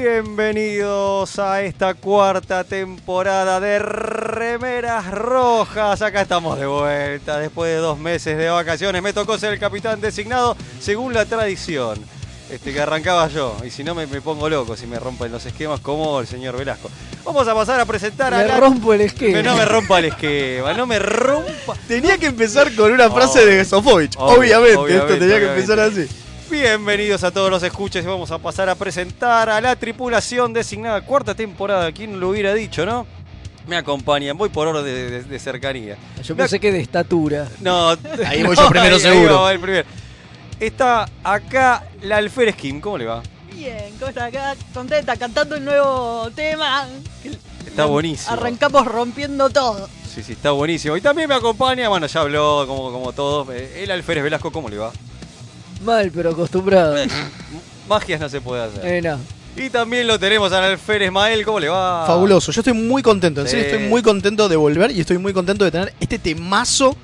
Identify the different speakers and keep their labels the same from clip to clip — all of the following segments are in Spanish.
Speaker 1: Bienvenidos a esta cuarta temporada de Remeras Rojas. Acá estamos de vuelta después de dos meses de vacaciones. Me tocó ser el capitán designado según la tradición. Este, que arrancaba yo, y si no me, me pongo loco, si me rompen los esquemas como el señor Velasco. Vamos a pasar a presentar a
Speaker 2: Le
Speaker 1: la...
Speaker 2: rompo el
Speaker 1: Que
Speaker 2: esquema.
Speaker 1: no me rompa el esquema, no me rompa.
Speaker 3: Tenía que empezar con una frase de Sofovich,
Speaker 1: Oh, Obvio,
Speaker 3: obviamente.
Speaker 1: obviamente,
Speaker 3: Esto tenía que
Speaker 1: obviamente.
Speaker 3: empezar así.
Speaker 1: Bienvenidos a todos los escuches y vamos a pasar a presentar a la tripulación designada cuarta temporada. ¿Quién lo hubiera dicho, no? Me acompañan, voy por orden de, de- de cercanía.
Speaker 2: Yo pensé que de estatura.
Speaker 1: No,
Speaker 3: Ahí voy yo primero seguro.
Speaker 1: va el primero. Está acá la Alférez Kim, ¿cómo le va?
Speaker 4: Bien, ¿cómo estás acá? Contenta, cantando el nuevo tema.
Speaker 1: Está buenísimo.
Speaker 4: Arrancamos rompiendo todo.
Speaker 1: Sí, sí, está buenísimo. Y también me acompaña, bueno, ya habló como, como todos, eh, el Alférez Velasco, ¿cómo le va?
Speaker 2: Mal, pero acostumbrado.
Speaker 1: Magias no se puede hacer.
Speaker 2: Eh, no.
Speaker 1: Y también lo tenemos al Alférez Mael, ¿cómo le va?
Speaker 3: Fabuloso. Yo estoy muy contento, en
Speaker 1: Ah. Sí.
Speaker 3: serio, estoy muy contento de volver y estoy muy contento de tener este temazo,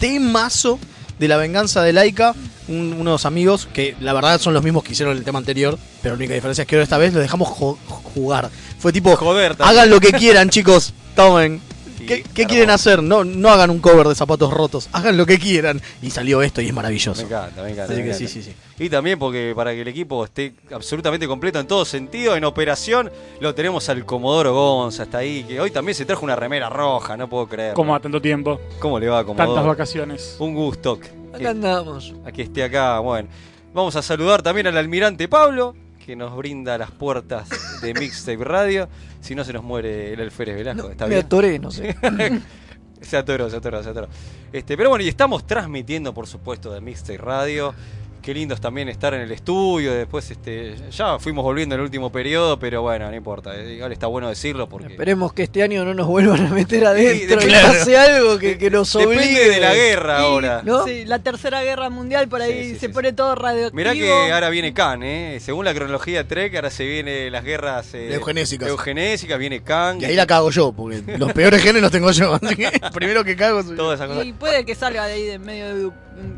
Speaker 3: temazo de la venganza de Laika. Un- unos amigos que la verdad son los mismos que hicieron el tema anterior, pero la única diferencia es que ahora esta vez los dejamos jo- jugar. Fue tipo,
Speaker 1: Joder, también.
Speaker 3: hagan lo que quieran, chicos, tomen.
Speaker 1: Sí,
Speaker 3: ¿Qué, qué
Speaker 1: hermoso.
Speaker 3: quieren hacer? No, no hagan un cover de zapatos rotos, hagan lo que quieran. Y salió esto y es
Speaker 1: Me
Speaker 3: maravilloso.
Speaker 1: encanta, me encanta.
Speaker 3: Así
Speaker 1: me
Speaker 3: que sí,
Speaker 1: encanta.
Speaker 3: sí, sí.
Speaker 1: Y también porque para que el equipo esté absolutamente completo en todo sentido, en operación, lo tenemos al Comodoro Gonza, hasta ahí, que hoy también se trajo una remera roja, no puedo creer.
Speaker 5: Como a tanto tiempo,
Speaker 1: ¿Cómo le va, Comodoro?
Speaker 5: tantas vacaciones.
Speaker 1: Un gusto
Speaker 2: Acá
Speaker 1: que,
Speaker 2: andamos.
Speaker 1: a que esté acá, bueno. Vamos a saludar también al almirante Pablo, que nos brinda las puertas de Mixtape Radio. Si no se nos muere el alférez Velasco,
Speaker 2: No,
Speaker 1: está
Speaker 2: me
Speaker 1: bien.
Speaker 2: atoré, no sé.
Speaker 1: Se atoró, se atoró, se atoró. Este, pero bueno, y estamos transmitiendo, por supuesto, de Mixtape Radio. Qué lindo es también estar en el estudio. Después, este, ya fuimos volviendo en el último periodo, pero bueno, no importa. eh, Igual está bueno decirlo porque.
Speaker 2: Esperemos que este año no nos vuelvan a meter adentro
Speaker 1: Sí,
Speaker 2: y
Speaker 1: claro.
Speaker 2: pase algo que, que nos obligue.
Speaker 1: Depende de la guerra ahora.
Speaker 2: ¿No?
Speaker 4: Sí, la tercera guerra mundial por ahí
Speaker 1: Sí, sí,
Speaker 4: se
Speaker 1: sí,
Speaker 4: pone todo radioactivo.
Speaker 1: Mirá que ahora viene Khan, ¿eh? Según la cronología Trek, ahora se vienen las guerras. eh,
Speaker 3: Eugenésicas.
Speaker 1: eugenésicas, viene Khan.
Speaker 3: Y ahí la cago yo, porque los peores genes los tengo yo. Así que primero que cago soy yo.
Speaker 1: Todas esas cosas.
Speaker 4: Y puede que salga de ahí de medio de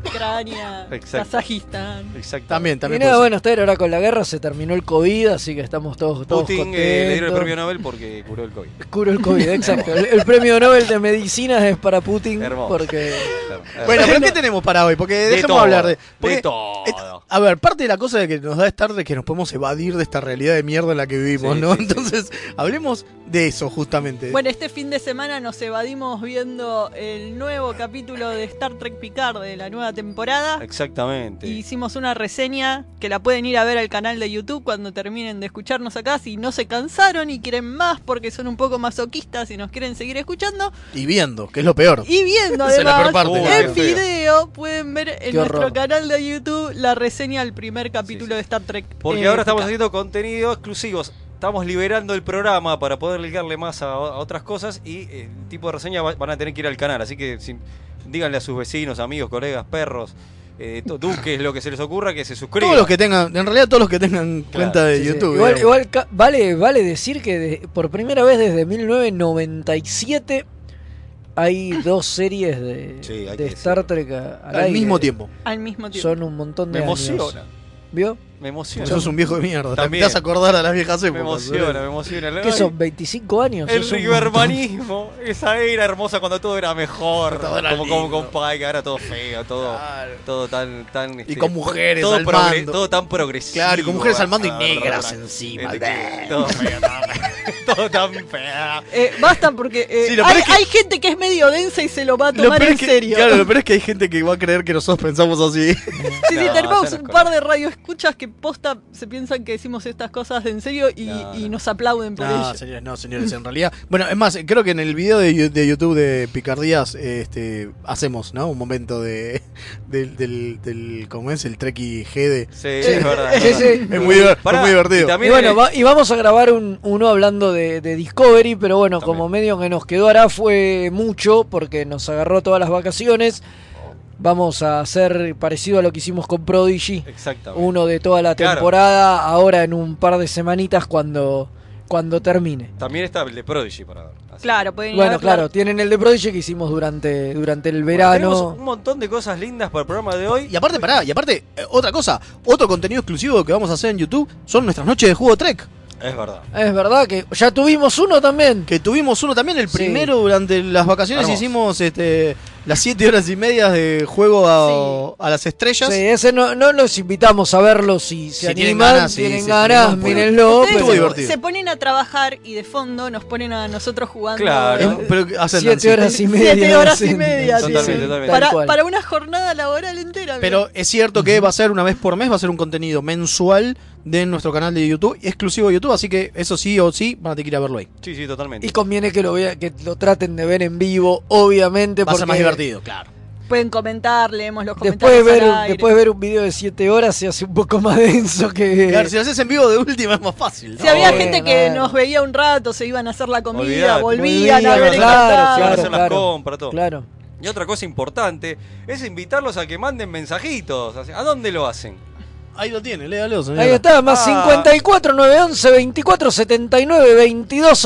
Speaker 4: Ucrania,
Speaker 1: Exacto.
Speaker 4: Kazajistán.
Speaker 1: Exacto.
Speaker 3: También,
Speaker 2: Y
Speaker 3: también.
Speaker 2: nada,
Speaker 3: puede
Speaker 2: bueno, estar ahora con la guerra se terminó el COVID, así que estamos todos, todos
Speaker 1: Putin
Speaker 2: contentos.
Speaker 1: eh, le dieron el premio Nobel porque curó el COVID.
Speaker 2: Curo el COVID, exacto. El, el premio Nobel de Medicina es para Putin
Speaker 1: Hermoso.
Speaker 2: porque
Speaker 1: Claro.
Speaker 3: ser. Bueno, pero ¿qué tenemos para hoy? Porque
Speaker 1: De
Speaker 3: dejemos
Speaker 1: todo,
Speaker 3: hablar de. porque-
Speaker 1: De todo.
Speaker 3: A ver, parte de la cosa de que nos da es tarde es que nos podemos evadir de esta realidad de mierda en la que vivimos,
Speaker 1: Sí,
Speaker 3: ¿no?
Speaker 1: sí, sí.
Speaker 3: Entonces, hablemos de eso justamente.
Speaker 4: Bueno, este fin de semana nos evadimos viendo el nuevo capítulo de Star Trek Picard de la nueva temporada.
Speaker 1: Exactamente.
Speaker 4: Y Hicimos una reseña que la pueden ir a ver al canal de YouTube cuando terminen de escucharnos acá. Si no se cansaron y quieren más porque son un poco masoquistas y nos quieren seguir escuchando.
Speaker 3: Y viendo, que es lo peor.
Speaker 4: Y viendo
Speaker 3: Esa es la
Speaker 4: además
Speaker 3: peor parte.
Speaker 1: Uy,
Speaker 4: en
Speaker 1: qué feo.
Speaker 4: video, pueden ver en
Speaker 2: Qué
Speaker 4: nuestro
Speaker 2: horror.
Speaker 4: canal de YouTube la reseña al primer capítulo
Speaker 1: Sí, sí.
Speaker 4: de Star Trek.
Speaker 1: Porque
Speaker 4: eh,
Speaker 1: ahora estamos
Speaker 4: acá.
Speaker 1: haciendo contenido exclusivos. Estamos liberando el programa para poder ligarle más a, a otras cosas y eh, el tipo de reseña va- van a tener que ir al canal. Así que si- díganle a sus vecinos, amigos, colegas, perros, eh, to- duques, lo que se les ocurra, que se suscriban.
Speaker 3: Todos los que tengan, en realidad todos los que tengan cuenta de
Speaker 2: Sí, sí.
Speaker 3: YouTube.
Speaker 2: Igual,
Speaker 3: digamos.
Speaker 2: igual ca- vale, vale decir que de- por primera vez desde 1997 hay dos series de,
Speaker 1: Sí, hay
Speaker 2: de
Speaker 1: que
Speaker 2: Star Trek a- al
Speaker 3: Al
Speaker 2: aire.
Speaker 3: mismo tiempo.
Speaker 4: Al mismo tiempo.
Speaker 2: Son un montón
Speaker 1: me
Speaker 2: de años.
Speaker 1: emociona,
Speaker 2: ¿Vio?
Speaker 1: me emociona.
Speaker 3: Sos un ¿eh? viejo de mierda.
Speaker 1: También.
Speaker 3: Te vas a acordar a las viejas épocas.
Speaker 1: Me emociona, me emociona.
Speaker 2: ¿Qué son? ¿25 años?
Speaker 1: El
Speaker 2: Es un
Speaker 1: rivermanismo, esa era hermosa cuando todo era mejor,
Speaker 3: Todo era
Speaker 1: como, como
Speaker 3: lindo.
Speaker 1: con Pike, ahora todo feo, todo,
Speaker 3: Claro.
Speaker 1: todo tan, tan
Speaker 3: Y
Speaker 1: este,
Speaker 3: con mujeres
Speaker 1: todo,
Speaker 3: al
Speaker 1: progre-
Speaker 3: mando.
Speaker 1: todo tan progresivo.
Speaker 3: Claro, y con mujeres al mando y
Speaker 1: Ah,
Speaker 3: negras
Speaker 1: verdad.
Speaker 3: encima.
Speaker 1: Este, todo feo, todo feo, todo tan feo.
Speaker 4: Eh, basta porque eh,
Speaker 3: Sí, lo peor
Speaker 4: hay,
Speaker 3: es que-
Speaker 4: hay gente que es medio densa y se lo va a
Speaker 3: Lo
Speaker 4: tomar
Speaker 3: peor
Speaker 4: en
Speaker 3: es que-
Speaker 4: serio.
Speaker 3: Claro, lo peor es que hay gente que va a creer que nosotros pensamos así.
Speaker 4: Sí, sí,
Speaker 1: No,
Speaker 4: tenemos
Speaker 1: ya nos
Speaker 4: un
Speaker 1: conoce.
Speaker 4: par de radioescuchas que posta se piensan que decimos estas cosas en serio y,
Speaker 1: No,
Speaker 4: y
Speaker 1: no.
Speaker 4: nos aplauden por
Speaker 3: No,
Speaker 4: ello.
Speaker 3: señores, no, señores, en realidad. Bueno, es más, creo que en el video de, Yu- de YouTube de Picardías este, hacemos, ¿no? Un momento de, del, del, del- ¿Cómo es? El Treki GD.
Speaker 1: Sí, es verdad. es
Speaker 2: Sí,
Speaker 1: verdad.
Speaker 2: sí.
Speaker 3: Es muy, diver- es
Speaker 1: Pará,
Speaker 3: muy divertido.
Speaker 1: y
Speaker 2: Y
Speaker 1: también
Speaker 2: bueno,
Speaker 1: eh,
Speaker 2: va- y vamos a grabar un, uno hablando de, de Discovery, pero bueno,
Speaker 1: También.
Speaker 2: como medio que nos quedó hará fue mucho porque nos agarró todas las vacaciones. Vamos a hacer parecido a lo que hicimos con Prodigy.
Speaker 1: Exactamente.
Speaker 2: uno de toda la
Speaker 1: Claro.
Speaker 2: temporada, ahora en un par de semanitas cuando, cuando termine.
Speaker 1: También está el de Prodigy para ver. Así
Speaker 4: Claro,
Speaker 1: que-
Speaker 4: pueden ir a
Speaker 2: Bueno,
Speaker 4: ver
Speaker 2: claro, tienen el de Prodigy que hicimos durante, durante el
Speaker 1: Bueno,
Speaker 2: verano.
Speaker 1: tenemos un montón de cosas lindas para el programa de hoy.
Speaker 3: Y aparte, pará, y aparte, eh, otra cosa, otro contenido exclusivo que vamos a hacer en YouTube son nuestras noches de juego Trek.
Speaker 1: Es verdad.
Speaker 2: Es verdad que ya tuvimos uno también.
Speaker 3: Que tuvimos uno también, el
Speaker 2: Sí.
Speaker 3: primero durante las vacaciones
Speaker 1: Hermoso.
Speaker 3: hicimos este, las 7 horas y media de juego a, a las estrellas.
Speaker 2: Sí, ese no, no los invitamos a verlo si se
Speaker 3: Si tienen
Speaker 2: animan,
Speaker 3: ganas, sí,
Speaker 2: tienen
Speaker 3: sí,
Speaker 2: ganas,
Speaker 3: tenemos, bueno.
Speaker 2: mírenlo.
Speaker 4: Ustedes
Speaker 3: Estuvo
Speaker 4: se-
Speaker 2: Pero
Speaker 3: divertido.
Speaker 4: se ponen a trabajar y de fondo nos ponen a nosotros jugando.
Speaker 1: Claro.
Speaker 3: Es- pero hacen
Speaker 2: siete
Speaker 3: Nancy.
Speaker 2: horas y media.
Speaker 4: Siete horas y
Speaker 2: sí,
Speaker 4: media,
Speaker 2: sí,
Speaker 1: Totalmente,
Speaker 2: sí,
Speaker 1: totalmente.
Speaker 2: tal
Speaker 4: Para,
Speaker 2: cual.
Speaker 4: para una jornada laboral entera.
Speaker 3: Pero es cierto que va a ser una vez por mes, va a ser un contenido mensual de nuestro canal de YouTube, exclusivo de YouTube, así que eso sí o sí van a tener que ir a verlo ahí.
Speaker 1: Sí, sí, totalmente.
Speaker 2: Y conviene que lo vea, que lo traten de ver en vivo, obviamente,
Speaker 3: Va a
Speaker 2: porque
Speaker 3: ser más divertido, claro.
Speaker 4: mira. Pueden comentar, leemos los comentarios.
Speaker 2: Después ver,
Speaker 4: al aire.
Speaker 2: después ver un video de 7 horas se hace un poco más denso que.
Speaker 3: Claro, si lo haces en vivo de última es más fácil. ¿no?
Speaker 4: Si había
Speaker 2: Bueno,
Speaker 4: gente que
Speaker 2: bueno.
Speaker 4: nos veía un rato, se iban a hacer la comida,
Speaker 1: Olvidate.
Speaker 4: volvían a
Speaker 2: Volvían,
Speaker 4: ver el
Speaker 2: claro,
Speaker 4: cartaz.
Speaker 1: Se van a
Speaker 2: claro.
Speaker 1: hacer las compras, todo.
Speaker 2: Claro.
Speaker 1: Y otra cosa importante es invitarlos a que manden mensajitos. O sea, ¿A dónde lo hacen?
Speaker 3: Ahí lo tiene, léalo, señora.
Speaker 2: Ahí está, más
Speaker 1: Ah.
Speaker 2: 54 911 24 79 22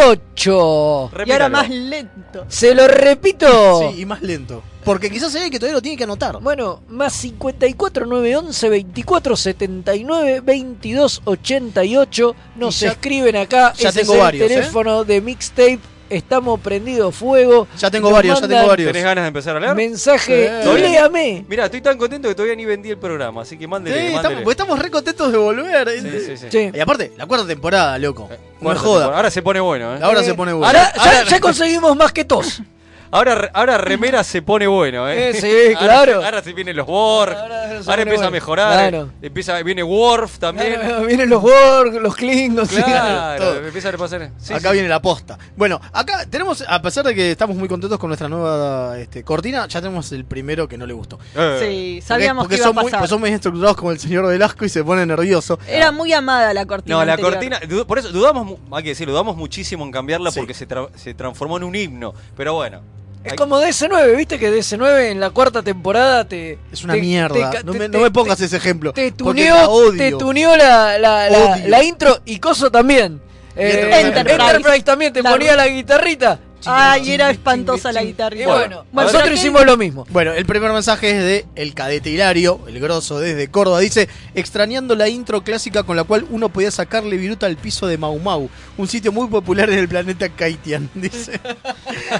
Speaker 2: 88.
Speaker 4: Y ahora
Speaker 1: Repítalo.
Speaker 4: más lento.
Speaker 2: Se lo repito.
Speaker 3: Sí, y más lento. Porque quizás sea el que todavía lo tiene que anotar.
Speaker 2: Bueno, más 54 911 24 79 22 88. Nos
Speaker 3: Y ya-
Speaker 2: escriben acá.
Speaker 3: ya
Speaker 2: Ese
Speaker 3: tengo
Speaker 2: es el
Speaker 3: varios, ¿eh?
Speaker 2: teléfono de mixtape. Estamos prendido fuego.
Speaker 3: Ya tengo
Speaker 2: Nos
Speaker 3: varios, ya
Speaker 2: mandan
Speaker 3: tengo varios.
Speaker 1: ¿Tenés ganas de empezar a leer?
Speaker 2: Mensaje,
Speaker 3: Eh.
Speaker 2: y léame.
Speaker 1: Mirá, estoy tan contento que todavía ni vendí el programa, así que
Speaker 3: Sí,
Speaker 1: mándele,
Speaker 3: estamos,
Speaker 1: mándele.
Speaker 3: porque estamos re contentos de volver. ¿eh?
Speaker 1: Sí, sí, sí.
Speaker 2: Che,
Speaker 3: Y aparte, la cuarta temporada, loco. No me
Speaker 1: Cuarta temporada.
Speaker 3: joda.
Speaker 1: Ahora se pone bueno, ¿eh?
Speaker 3: Ahora
Speaker 2: Eh,
Speaker 3: se pone bueno.
Speaker 2: Ahora, ya, ya conseguimos más que tos.
Speaker 1: Ahora, re- ahora remera se pone bueno, ¿eh?
Speaker 2: Eh, sí,
Speaker 1: Ahora-
Speaker 2: claro.
Speaker 1: Ahora se vienen los Borg.
Speaker 2: Ahora
Speaker 1: Ahora,
Speaker 2: se
Speaker 1: empieza
Speaker 2: pone
Speaker 1: a
Speaker 2: bueno.
Speaker 1: mejorar. ¿eh?
Speaker 2: Claro.
Speaker 1: Empieza, viene Worf también.
Speaker 2: Claro, vienen los Borg, los Klingons. sí.
Speaker 1: Claro,
Speaker 3: todo.
Speaker 1: empieza a pasar. Sí,
Speaker 3: acá
Speaker 1: sí.
Speaker 3: viene la posta. Bueno, acá tenemos, a pesar de que estamos muy contentos con nuestra nueva este, cortina, ya tenemos el primero que no le gustó.
Speaker 1: Eh,
Speaker 4: Sí, sabíamos que
Speaker 3: Porque- porque
Speaker 4: iba a
Speaker 3: son muy-
Speaker 4: pasar.
Speaker 3: pues son muy estructurados como el señor Velasco y se pone nervioso.
Speaker 4: Era muy amada la cortina.
Speaker 1: No, la
Speaker 4: anterior.
Speaker 1: cortina, du- por eso dudamos, mu- hay que decir, dudamos muchísimo en cambiarla
Speaker 3: Sí.
Speaker 1: porque se, tra- se transformó en un himno. Pero bueno,
Speaker 2: Es
Speaker 1: Hay-
Speaker 2: como DS9, viste que DS9 en la cuarta temporada te.
Speaker 3: Es una
Speaker 2: te-
Speaker 3: mierda.
Speaker 2: te-
Speaker 3: no,
Speaker 2: te-
Speaker 3: me, no me
Speaker 2: te-
Speaker 3: pongas ese ejemplo.
Speaker 2: Te
Speaker 3: porque la
Speaker 2: tuneó,
Speaker 3: odio.
Speaker 2: te tuneó la, la, la-
Speaker 3: Odio.
Speaker 2: la intro y Coso también. Eh,
Speaker 3: Enterprise.
Speaker 2: Enterprise.
Speaker 4: Enterprise
Speaker 2: también te
Speaker 4: La-
Speaker 2: ponía la guitarrita.
Speaker 4: Ay, era espantosa la guitarra.
Speaker 2: Y bueno,
Speaker 1: Bueno,
Speaker 2: nosotros
Speaker 1: a
Speaker 4: ver.
Speaker 2: hicimos lo mismo.
Speaker 3: Bueno, el primer mensaje es de El Cadete Hilario, el grosso desde Córdoba. Dice, extrañando la intro clásica con la cual uno podía sacarle viruta al piso de Mau Mau, un sitio muy popular en el planeta Kaitian, dice.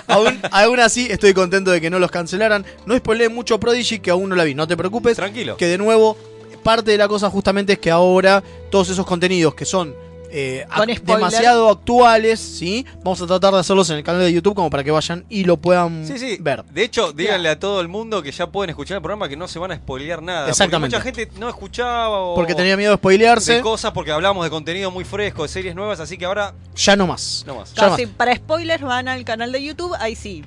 Speaker 3: aún, aún así, estoy contento de que no los cancelaran. No spoilé mucho Prodigy, que aún no la vi. No te preocupes,
Speaker 1: tranquilo.
Speaker 3: Pues, que de nuevo, parte de la cosa justamente es que ahora todos esos contenidos que son... eh,
Speaker 4: Con
Speaker 3: ac-
Speaker 4: spoiler.
Speaker 3: demasiado actuales, ¿sí? Vamos a tratar de hacerlos en el canal de YouTube como para que vayan y lo puedan
Speaker 1: Sí, sí.
Speaker 3: ver.
Speaker 1: De hecho, díganle a todo el mundo que ya pueden escuchar el programa que no se van a spoilear nada. porque
Speaker 3: Exactamente.
Speaker 1: Mucha gente no escuchaba o
Speaker 3: Porque tenía miedo de
Speaker 1: de
Speaker 3: spoilearse.
Speaker 1: cosas porque hablamos de contenido muy fresco, de series nuevas, así que ahora
Speaker 3: Ya no más.
Speaker 1: no más.
Speaker 3: Ya
Speaker 4: Casi, para spoilers van al canal de YouTube, ahí sí,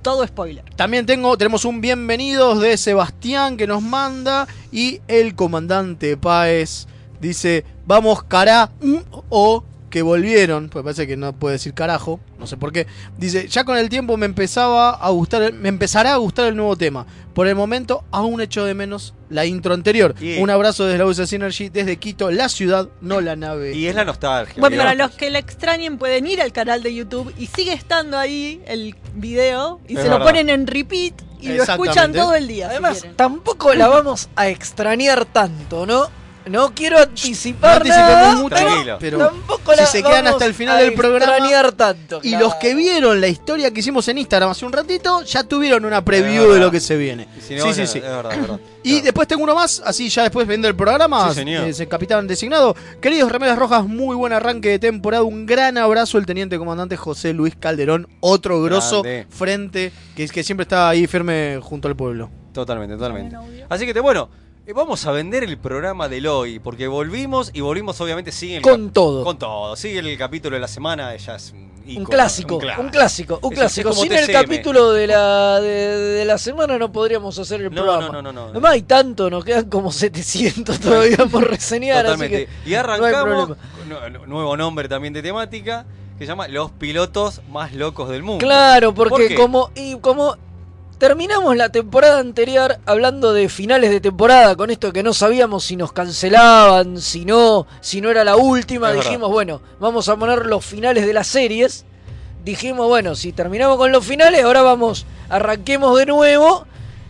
Speaker 4: todo spoiler.
Speaker 3: También tengo, tenemos un bienvenidos de Sebastián que nos manda. Y el comandante Páez dice: Vamos, cará, mm, o que volvieron. Pues parece que no puede decir carajo, no sé por qué. Dice: Ya con el tiempo me empezaba a gustar, el- me empezará a gustar el nuevo tema. Por el momento, aún echo de menos la intro anterior.
Speaker 1: Y-
Speaker 3: Un abrazo desde la USA Synergy, desde Quito, la ciudad, no la nave.
Speaker 1: Y es la nostalgia.
Speaker 4: Bueno,
Speaker 1: ¿no?
Speaker 4: para los que la extrañen pueden ir al canal de YouTube y sigue estando ahí el video y
Speaker 1: Es
Speaker 4: se lo
Speaker 1: verdad.
Speaker 4: ponen en repeat y lo escuchan
Speaker 3: Exactamente.
Speaker 4: todo el día. si
Speaker 2: Además,
Speaker 4: quieren.
Speaker 2: tampoco la vamos a extrañar tanto, ¿no? No quiero
Speaker 3: No
Speaker 2: anticipar
Speaker 3: anticipemos
Speaker 2: nada,
Speaker 3: mucho,
Speaker 1: Tranquilo.
Speaker 3: pero-
Speaker 2: tampoco
Speaker 3: si
Speaker 2: la
Speaker 3: se quedan
Speaker 2: vamos
Speaker 3: hasta el final
Speaker 2: a
Speaker 3: del programa
Speaker 2: extrañar tanto.
Speaker 3: Y
Speaker 2: claro.
Speaker 3: los que vieron la historia que hicimos en Instagram hace un ratito, ya tuvieron una preview
Speaker 1: verdad.
Speaker 3: de lo que se viene.
Speaker 1: Y si no,
Speaker 3: sí,
Speaker 1: no,
Speaker 3: sí, sí.
Speaker 1: Es verdad, es verdad.
Speaker 3: Y
Speaker 1: Claro.
Speaker 3: después tengo uno más, así ya después viendo el programa,
Speaker 1: Sí, señor.
Speaker 3: es el capitán designado. Queridos Remeras Rojas, muy buen arranque de temporada, un gran abrazo el teniente comandante José Luis Calderón, otro grosso
Speaker 1: Grande.
Speaker 3: frente que, es- que siempre está ahí firme junto al pueblo.
Speaker 1: Totalmente, totalmente.
Speaker 4: Buen audio.
Speaker 1: Así que, te- bueno, eh, vamos a vender el programa del hoy, porque volvimos y volvimos, obviamente, sigue el
Speaker 2: Con
Speaker 1: cap-
Speaker 2: todo.
Speaker 1: Con todo. Sigue el capítulo de la semana, ya es un,
Speaker 2: un
Speaker 1: ícono,
Speaker 2: clásico, un clásico, un clásico.
Speaker 1: Es así como
Speaker 2: Sin el
Speaker 1: TCM.
Speaker 2: capítulo de la, de, de la semana no podríamos hacer el
Speaker 1: No,
Speaker 2: programa.
Speaker 1: no, no, no, no.
Speaker 2: Además hay tanto, nos quedan como 700 todavía por reseñar.
Speaker 1: Totalmente.
Speaker 2: Así que
Speaker 1: Y arrancamos
Speaker 2: problema.
Speaker 1: con un- un nuevo nombre también de temática que se llama Los pilotos más locos del mundo.
Speaker 2: Claro, porque
Speaker 1: ¿Por qué?
Speaker 2: como y como terminamos la temporada anterior hablando de finales de temporada, con esto que no sabíamos si nos cancelaban, si no, si no era la última,
Speaker 1: Es verdad.
Speaker 2: dijimos, bueno, vamos a poner los finales de las series. Dijimos, bueno, si terminamos con los finales, ahora vamos, arranquemos de nuevo.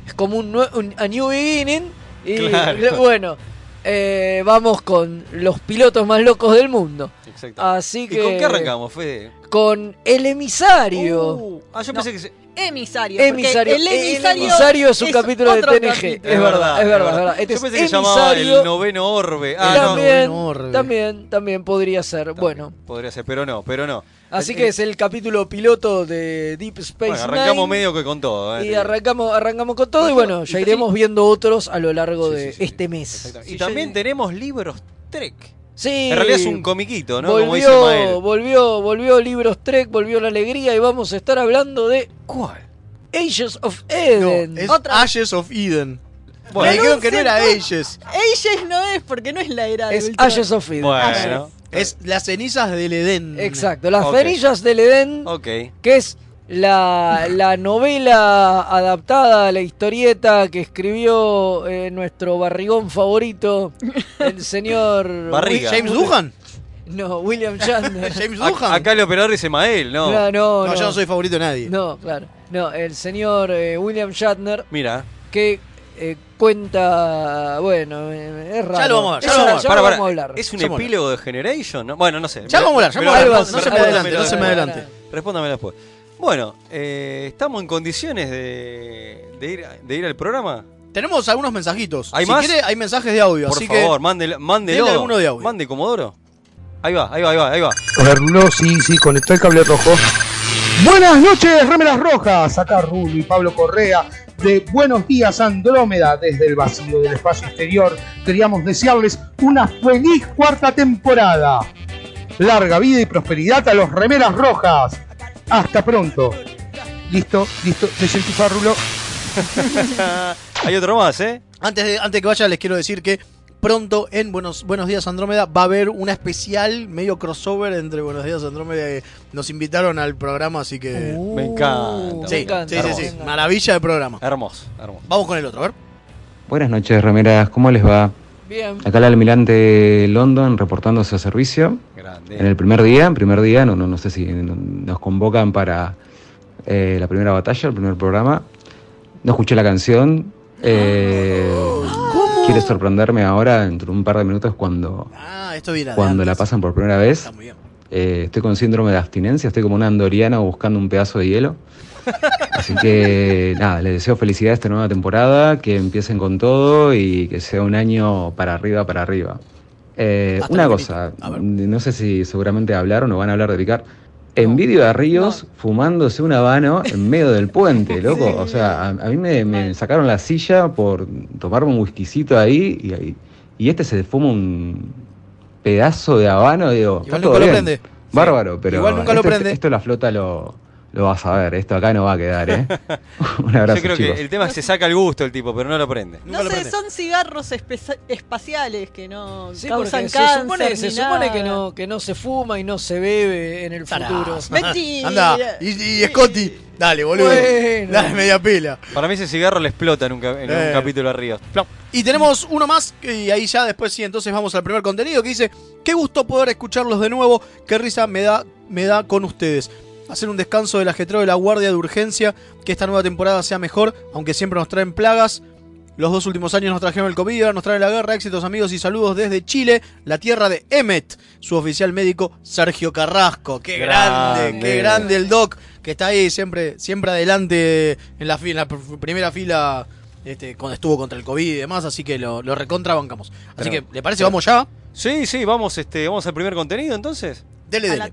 Speaker 2: Es como un, nue- un- a new beginning. Y
Speaker 1: Claro.
Speaker 2: bueno, eh, vamos con los pilotos más locos del mundo.
Speaker 1: Exacto.
Speaker 2: Así
Speaker 1: ¿Y
Speaker 2: que.
Speaker 1: con qué arrancamos, Fede?
Speaker 2: Con el emisario.
Speaker 1: Uh, ah, yo
Speaker 4: No.
Speaker 1: pensé que... se-
Speaker 4: Emisario. porque
Speaker 2: Emisario.
Speaker 4: El emisario,
Speaker 2: Emisario es un capítulo de
Speaker 4: otro
Speaker 2: TNG.
Speaker 4: capítulo.
Speaker 2: Es verdad, es verdad, es verdad. Este
Speaker 1: Yo
Speaker 2: es
Speaker 1: pensé que se llamaba
Speaker 2: emisario.
Speaker 1: el noveno orbe. Ah, no.
Speaker 2: también,
Speaker 3: Noveno Orbe.
Speaker 2: también, también podría ser.
Speaker 1: También
Speaker 2: Bueno,
Speaker 1: Podría ser, pero no, pero no.
Speaker 2: así que es el capítulo piloto de Deep Space
Speaker 1: Bueno, arrancamos
Speaker 2: Nine.
Speaker 1: medio que con todo. eh,
Speaker 2: Y arrancamos, arrancamos con todo y
Speaker 1: Yo-
Speaker 2: bueno, ya
Speaker 1: y-
Speaker 2: iremos viendo otros a lo largo
Speaker 1: Sí,
Speaker 2: de
Speaker 1: sí, sí,
Speaker 2: este
Speaker 1: sí.
Speaker 2: mes.
Speaker 1: Exactamente.
Speaker 4: Sí,
Speaker 1: y también
Speaker 4: yo-
Speaker 1: tenemos libros Trek.
Speaker 2: Sí.
Speaker 1: En realidad es un comiquito, ¿no? Como dice
Speaker 2: volvió,
Speaker 1: Mael.
Speaker 2: volvió, volvió Libros Trek, volvió la alegría y vamos a estar hablando de
Speaker 1: ¿Cuál?
Speaker 2: Ages of Eden.
Speaker 3: No, es
Speaker 4: Otra.
Speaker 3: Ashes of Eden.
Speaker 1: Bueno.
Speaker 3: Me dijeron que no era
Speaker 4: Renuncie,
Speaker 3: Ages.
Speaker 4: Ages no es porque no es la era de
Speaker 2: es
Speaker 4: Ultron.
Speaker 2: Ages of Eden.
Speaker 1: Bueno,
Speaker 2: Ah,
Speaker 3: Es las cenizas del Edén.
Speaker 2: Exacto, Las
Speaker 1: Ok.
Speaker 2: perillas del Edén,
Speaker 1: ok.
Speaker 2: que es la, la novela adaptada a la historieta que escribió eh, nuestro barrigón favorito, el señor...
Speaker 1: Barriga.
Speaker 3: James Duhan.
Speaker 2: No, William Shatner.
Speaker 3: James
Speaker 1: Ac-
Speaker 3: Duhan.
Speaker 1: acá el operador dice Mael, ¿no?
Speaker 2: No, no,
Speaker 3: no, yo no soy favorito de nadie.
Speaker 2: No, claro. No, el señor eh, William Shatner
Speaker 1: Mira.
Speaker 2: que eh, cuenta. Bueno, eh, es raro.
Speaker 3: lo vamos a ver, ya
Speaker 2: Es
Speaker 3: lo
Speaker 2: raro,
Speaker 3: vamos
Speaker 2: ya
Speaker 1: Pará, pará,
Speaker 2: vamos a hablar.
Speaker 1: ¿Es un
Speaker 3: Ya vamos a
Speaker 1: epílogo de Generation? No, bueno, no sé.
Speaker 3: Ya vamos a hablar, ya
Speaker 1: Pero-
Speaker 3: vamos a
Speaker 2: Algo
Speaker 3: hablar.
Speaker 2: así,
Speaker 3: No, no se me
Speaker 2: algo
Speaker 3: adelante,
Speaker 2: así.
Speaker 3: no se me adelante.
Speaker 1: Respóndame después. Bueno, eh, ¿estamos en condiciones de, de ir, de ir al programa?
Speaker 3: Tenemos algunos mensajitos.
Speaker 1: ¿Hay
Speaker 3: si
Speaker 1: más?
Speaker 3: quiere, hay mensajes de audio.
Speaker 1: Por
Speaker 3: así
Speaker 1: favor, mándelo. mándelo.
Speaker 3: Denle alguno de audio.
Speaker 1: Mande Comodoro. Ahí va, ahí va, ahí va, ahí va.
Speaker 5: A ver, Rulo, sí, sí, conectó el cable rojo. Buenas noches, remeras rojas. Acá Rulo y Pablo Correa de Buenos Días Andrómeda desde el vacío del espacio exterior. Queríamos desearles una feliz cuarta temporada. Larga vida y prosperidad a los remeras rojas. Hasta pronto. Listo, listo. Desenchufa, Rulo.
Speaker 1: Hay otro más, ¿eh?
Speaker 3: que antes, de, antes que vaya, les quiero decir que pronto en Buenos, Buenos Días Andrómeda va a haber una especial medio crossover entre Buenos Días Andrómeda y nos invitaron al programa, así que.
Speaker 2: Uh,
Speaker 1: Me encanta, Uh,
Speaker 3: sí,
Speaker 1: me encanta.
Speaker 3: sí, sí, sí. Maravilla de programa.
Speaker 1: Hermoso, hermoso.
Speaker 3: Vamos con el otro, a ver.
Speaker 6: Buenas noches, remeras. ¿Cómo les va?
Speaker 2: Bien.
Speaker 6: Acá el almirante London reportándose a servicio.
Speaker 1: Grande.
Speaker 6: En el primer día, en primer día, no, no, no sé si nos convocan para eh, la primera batalla, el primer programa. No escuché la canción. Eh, Quiere sorprenderme ahora, dentro de un par de minutos, cuando,
Speaker 3: Ah, esto viene de
Speaker 6: cuando la
Speaker 3: antes.
Speaker 6: pasan por primera vez.
Speaker 3: Está muy bien.
Speaker 6: Eh, estoy con síndrome de abstinencia, estoy como una andoriana buscando un pedazo de hielo. Así que nada, les deseo felicidad a esta nueva temporada, que empiecen con todo y que sea un año para arriba, para arriba. Eh,
Speaker 3: Hasta
Speaker 6: una
Speaker 3: el
Speaker 6: cosa,
Speaker 3: infinito. A ver.
Speaker 6: no sé si seguramente hablaron o van a hablar de picar. Envidio a Ríos fumándose un habano en medio del puente, loco. O sea, a, a mí me, me sacaron la silla por tomarme un whiskycito ahí y, ahí- y este se fuma un pedazo de habano, digo. está
Speaker 3: Igual
Speaker 6: todo
Speaker 3: nunca lo
Speaker 6: bien.
Speaker 3: prende.
Speaker 6: Bárbaro, pero.
Speaker 3: Igual nunca lo
Speaker 6: esto,
Speaker 3: prende.
Speaker 6: Esto la flota lo, lo va a saber. Esto acá no va a quedar, ¿eh? Un abrazo.
Speaker 1: Yo creo
Speaker 6: chicos.
Speaker 1: que el tema es que se saca el gusto el tipo, pero no lo prende.
Speaker 3: Nunca
Speaker 4: No
Speaker 3: lo
Speaker 4: sé,
Speaker 3: prende.
Speaker 4: son cigarros espe- espaciales que no
Speaker 2: Sí,
Speaker 4: causan
Speaker 2: porque se
Speaker 4: cáncer.
Speaker 2: supone,
Speaker 4: ni
Speaker 2: se supone
Speaker 4: nada.
Speaker 2: que no, que no se fuma y no se bebe en el
Speaker 3: Tarás.
Speaker 2: futuro.
Speaker 4: Mentira.
Speaker 3: Anda, y, y Scotty, dale, boludo.
Speaker 2: Bueno.
Speaker 3: Dale media pila.
Speaker 1: Para mí ese cigarro le explota en un, ca- en un
Speaker 3: Eh.
Speaker 1: capítulo arriba. Plop.
Speaker 3: Y tenemos uno más, y ahí ya después sí, entonces vamos al primer contenido que dice, qué gusto poder escucharlos de nuevo, qué risa me da, me da con ustedes. Hacer un descanso del ajetreo de la guardia de urgencia, que esta nueva temporada sea mejor, aunque siempre nos traen plagas. Los dos últimos años nos trajeron el COVID, ahora nos trae la guerra, éxitos amigos y saludos desde Chile, la tierra de Emmet, su oficial médico Sergio Carrasco. ¡Qué grande,
Speaker 1: Grande.
Speaker 3: qué grande el doc! Que está ahí siempre, siempre adelante en la, fi- en la pr- primera fila este, cuando estuvo contra el COVID y demás, así que lo, lo recontrabancamos.
Speaker 1: Pero-
Speaker 3: Así que, ¿le parece? Vamos ya.
Speaker 1: Sí, sí, vamos, este, vamos al primer contenido entonces.
Speaker 3: Dele,
Speaker 4: A
Speaker 3: dele.
Speaker 4: la-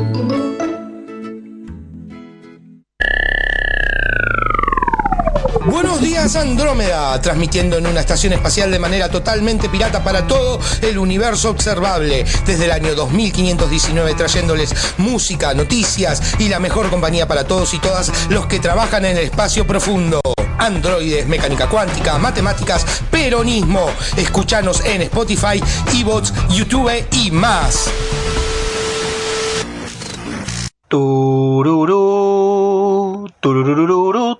Speaker 7: Buenos días Andrómeda, transmitiendo en una estación espacial de manera totalmente pirata para todo el universo observable, desde el año 2519 trayéndoles música, noticias y la mejor compañía para todos y todas los que trabajan en el espacio profundo. Androides, mecánica cuántica, matemáticas, peronismo. Escuchanos en Spotify, Evox, YouTube y más.
Speaker 5: Tururú, tururururú,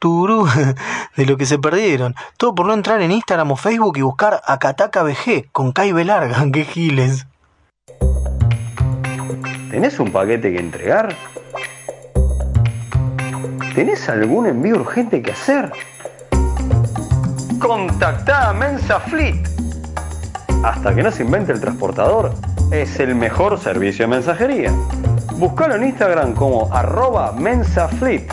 Speaker 5: turú. De lo que se perdieron. Todo por no entrar en Instagram o Facebook y buscar a Kataka BG con Kai B larga. ¡Qué giles!
Speaker 8: ¿Tenés un paquete que entregar? ¿Tenés algún envío urgente que hacer? Contactá a Mensa Fleet. Hasta que no se invente el transportador, es el mejor servicio de mensajería. Buscalo en Instagram como arroba mensafleet.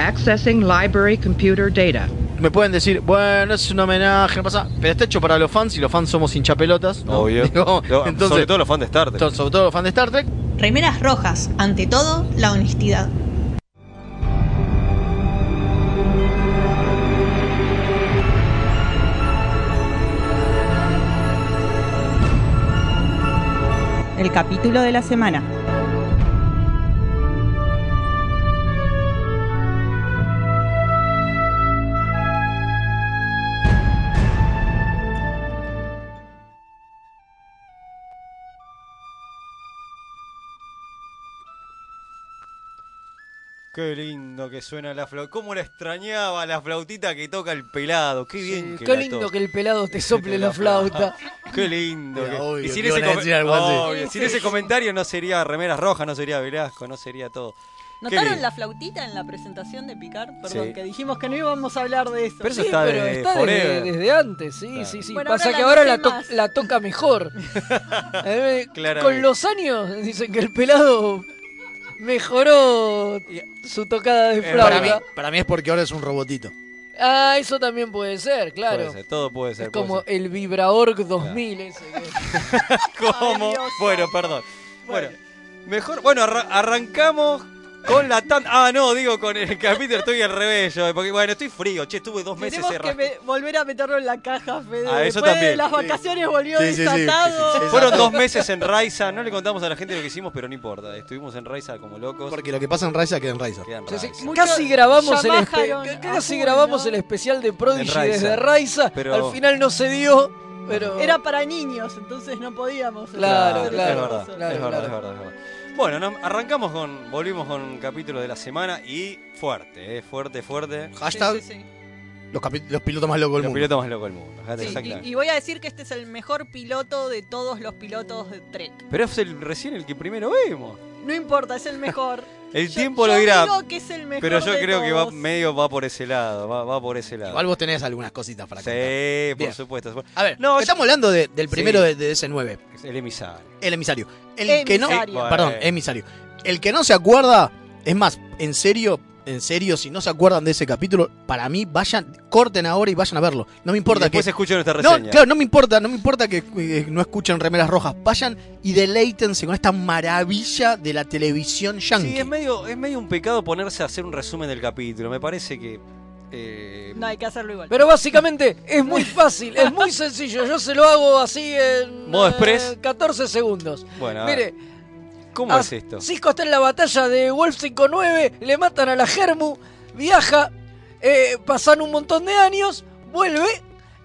Speaker 9: Accessing library computer data.
Speaker 3: Me pueden decir, bueno, es un homenaje, no pasa, pero está hecho para los fans y los fans somos hinchapelotas. ¿no?
Speaker 1: Obvio.
Speaker 3: Digo,
Speaker 1: Lo-
Speaker 3: entonces,
Speaker 1: sobre todo los fans de Star Trek.
Speaker 3: to- sobre todo los fans de Star Trek.
Speaker 10: Remeras rojas, ante todo, la honestidad.
Speaker 11: El capítulo de la semana.
Speaker 1: Qué lindo que suena la flauta. ¿Cómo la extrañaba la flautita que toca el pelado? Qué bien que
Speaker 2: Qué
Speaker 1: la
Speaker 2: lindo
Speaker 1: toca.
Speaker 2: que el pelado te sople la flauta.
Speaker 1: Qué lindo.
Speaker 3: Era
Speaker 1: que-
Speaker 3: obvio
Speaker 1: y sin,
Speaker 3: que
Speaker 1: ese,
Speaker 3: iban a
Speaker 1: com-
Speaker 3: decir algo así.
Speaker 1: Obvio, sin ese comentario no sería Remeras Rojas, no sería Velasco, no sería todo. Qué
Speaker 12: ¿Notaron
Speaker 1: lindo.
Speaker 12: la flautita en la presentación de Picard? Perdón,
Speaker 1: Sí.
Speaker 12: que dijimos que no íbamos a hablar de eso.
Speaker 1: Pero eso
Speaker 12: Sí,
Speaker 1: está
Speaker 2: Pero
Speaker 1: de
Speaker 2: está desde,
Speaker 1: forever.
Speaker 2: desde antes, sí, sí, sí.
Speaker 12: Bueno,
Speaker 2: Pasa
Speaker 12: ahora
Speaker 2: que
Speaker 12: la
Speaker 2: ahora
Speaker 12: noté
Speaker 2: la, to-
Speaker 12: más.
Speaker 2: la toca mejor. Eh,
Speaker 1: Claramente.
Speaker 2: Con los años dicen que el pelado mejoró su tocada de
Speaker 1: Eh,
Speaker 3: Para mí,
Speaker 2: flauta.
Speaker 3: para mí es porque ahora es un robotito.
Speaker 2: Ah, eso también puede ser, claro.
Speaker 1: Puede ser, todo puede ser.
Speaker 2: es
Speaker 1: puede
Speaker 2: como
Speaker 1: ser.
Speaker 2: el Vibraorg 2000 ese. que-
Speaker 1: ¿Cómo?
Speaker 12: Ay, Dios
Speaker 1: Bueno,
Speaker 12: santo.
Speaker 1: perdón. Bueno, mejor. Bueno, arra- arrancamos con la tan. Ah, no, digo con el capítulo, estoy al revés yo. Porque, bueno, estoy frío, che, estuve dos meses
Speaker 12: Tenemos que
Speaker 1: cerrado.
Speaker 12: me- volver a meterlo en la caja, Fede.
Speaker 1: Ah, eso
Speaker 12: Después de
Speaker 1: también.
Speaker 12: las
Speaker 1: Sí.
Speaker 12: vacaciones volvió
Speaker 3: Sí, sí, sí,
Speaker 12: desatado.
Speaker 3: sí, sí, sí.
Speaker 1: Fueron dos meses en Raiza, no le contamos a la gente lo que hicimos, pero no importa. Estuvimos en Raiza como locos.
Speaker 3: Porque lo que pasa en Raiza queda en Raiza.
Speaker 1: Quedan
Speaker 2: Sí, sí,
Speaker 1: Raiza.
Speaker 12: Mucho-
Speaker 2: Casi grabamos, el,
Speaker 12: ya
Speaker 2: espe-
Speaker 12: bajaron
Speaker 2: ca-
Speaker 12: a
Speaker 2: casi
Speaker 12: full,
Speaker 2: grabamos
Speaker 12: ¿no?
Speaker 2: el especial de Prodigy
Speaker 1: En Raiza.
Speaker 2: desde Raiza.
Speaker 1: Pero-
Speaker 2: Al final no se dio, pero...
Speaker 12: Era para niños, entonces no podíamos.
Speaker 2: Claro,
Speaker 12: hacer
Speaker 2: claro,
Speaker 12: esas
Speaker 1: es verdad,
Speaker 12: cosas.
Speaker 2: claro,
Speaker 1: es, verdad
Speaker 2: claro.
Speaker 1: es verdad, es verdad. Bueno, nos arrancamos con, volvimos con un capítulo de la semana y fuerte, eh, fuerte, fuerte.
Speaker 3: Hashtag
Speaker 12: Sí, sí, sí.
Speaker 3: Los, capi- los pilotos más locos del
Speaker 1: Los
Speaker 3: mundo.
Speaker 1: pilotos más locos del mundo.
Speaker 12: Sí,
Speaker 1: exactamente.
Speaker 12: y, y voy a decir que este es el mejor piloto de todos los pilotos de Trek.
Speaker 1: Pero es el, recién el que primero vemos.
Speaker 12: No importa, es el mejor.
Speaker 1: El
Speaker 12: Yo-
Speaker 1: tiempo
Speaker 12: yo
Speaker 1: lo dirá,
Speaker 12: digo que es el mejor
Speaker 1: pero yo
Speaker 12: de
Speaker 1: creo que va
Speaker 12: todos.
Speaker 1: medio va por ese lado, va, va por ese lado.
Speaker 3: Igual vos tenés algunas cositas para contar.
Speaker 1: sí, por
Speaker 3: Bien.
Speaker 1: supuesto. por-
Speaker 3: A ver,
Speaker 1: No,
Speaker 3: estamos hablando de- del
Speaker 1: Sí.
Speaker 3: primero de, de ese 9
Speaker 1: El emisario.
Speaker 12: Eh,
Speaker 3: el emisario. El que no.
Speaker 12: Emisario.
Speaker 3: Perdón, emisario. El que no se acuerda Es más, en serio, en serio, si no se acuerdan de ese capítulo, para mí vayan, corten ahora y vayan a verlo. No me
Speaker 1: Y
Speaker 3: importa
Speaker 1: después
Speaker 3: que
Speaker 1: escuchen nuestra
Speaker 3: No,
Speaker 1: reseña.
Speaker 3: claro, no me importa, no me importa que eh, no escuchen remeras rojas. Vayan y deleítense con esta maravilla de la televisión yankee.
Speaker 1: Sí, es medio, es medio un pecado ponerse a hacer un resumen del capítulo. Me parece que. eh,
Speaker 4: No hay que hacerlo igual.
Speaker 2: Pero básicamente es muy fácil, es muy sencillo. Yo se lo hago así en
Speaker 1: ¿Modo express?
Speaker 2: 14 segundos.
Speaker 1: Bueno, a ver,
Speaker 2: Mire,
Speaker 1: ¿cómo
Speaker 2: Ah,
Speaker 1: es esto?
Speaker 2: Cisco está en la batalla de Wolf 59, le matan a la Germu, viaja, eh, pasan un montón de años, vuelve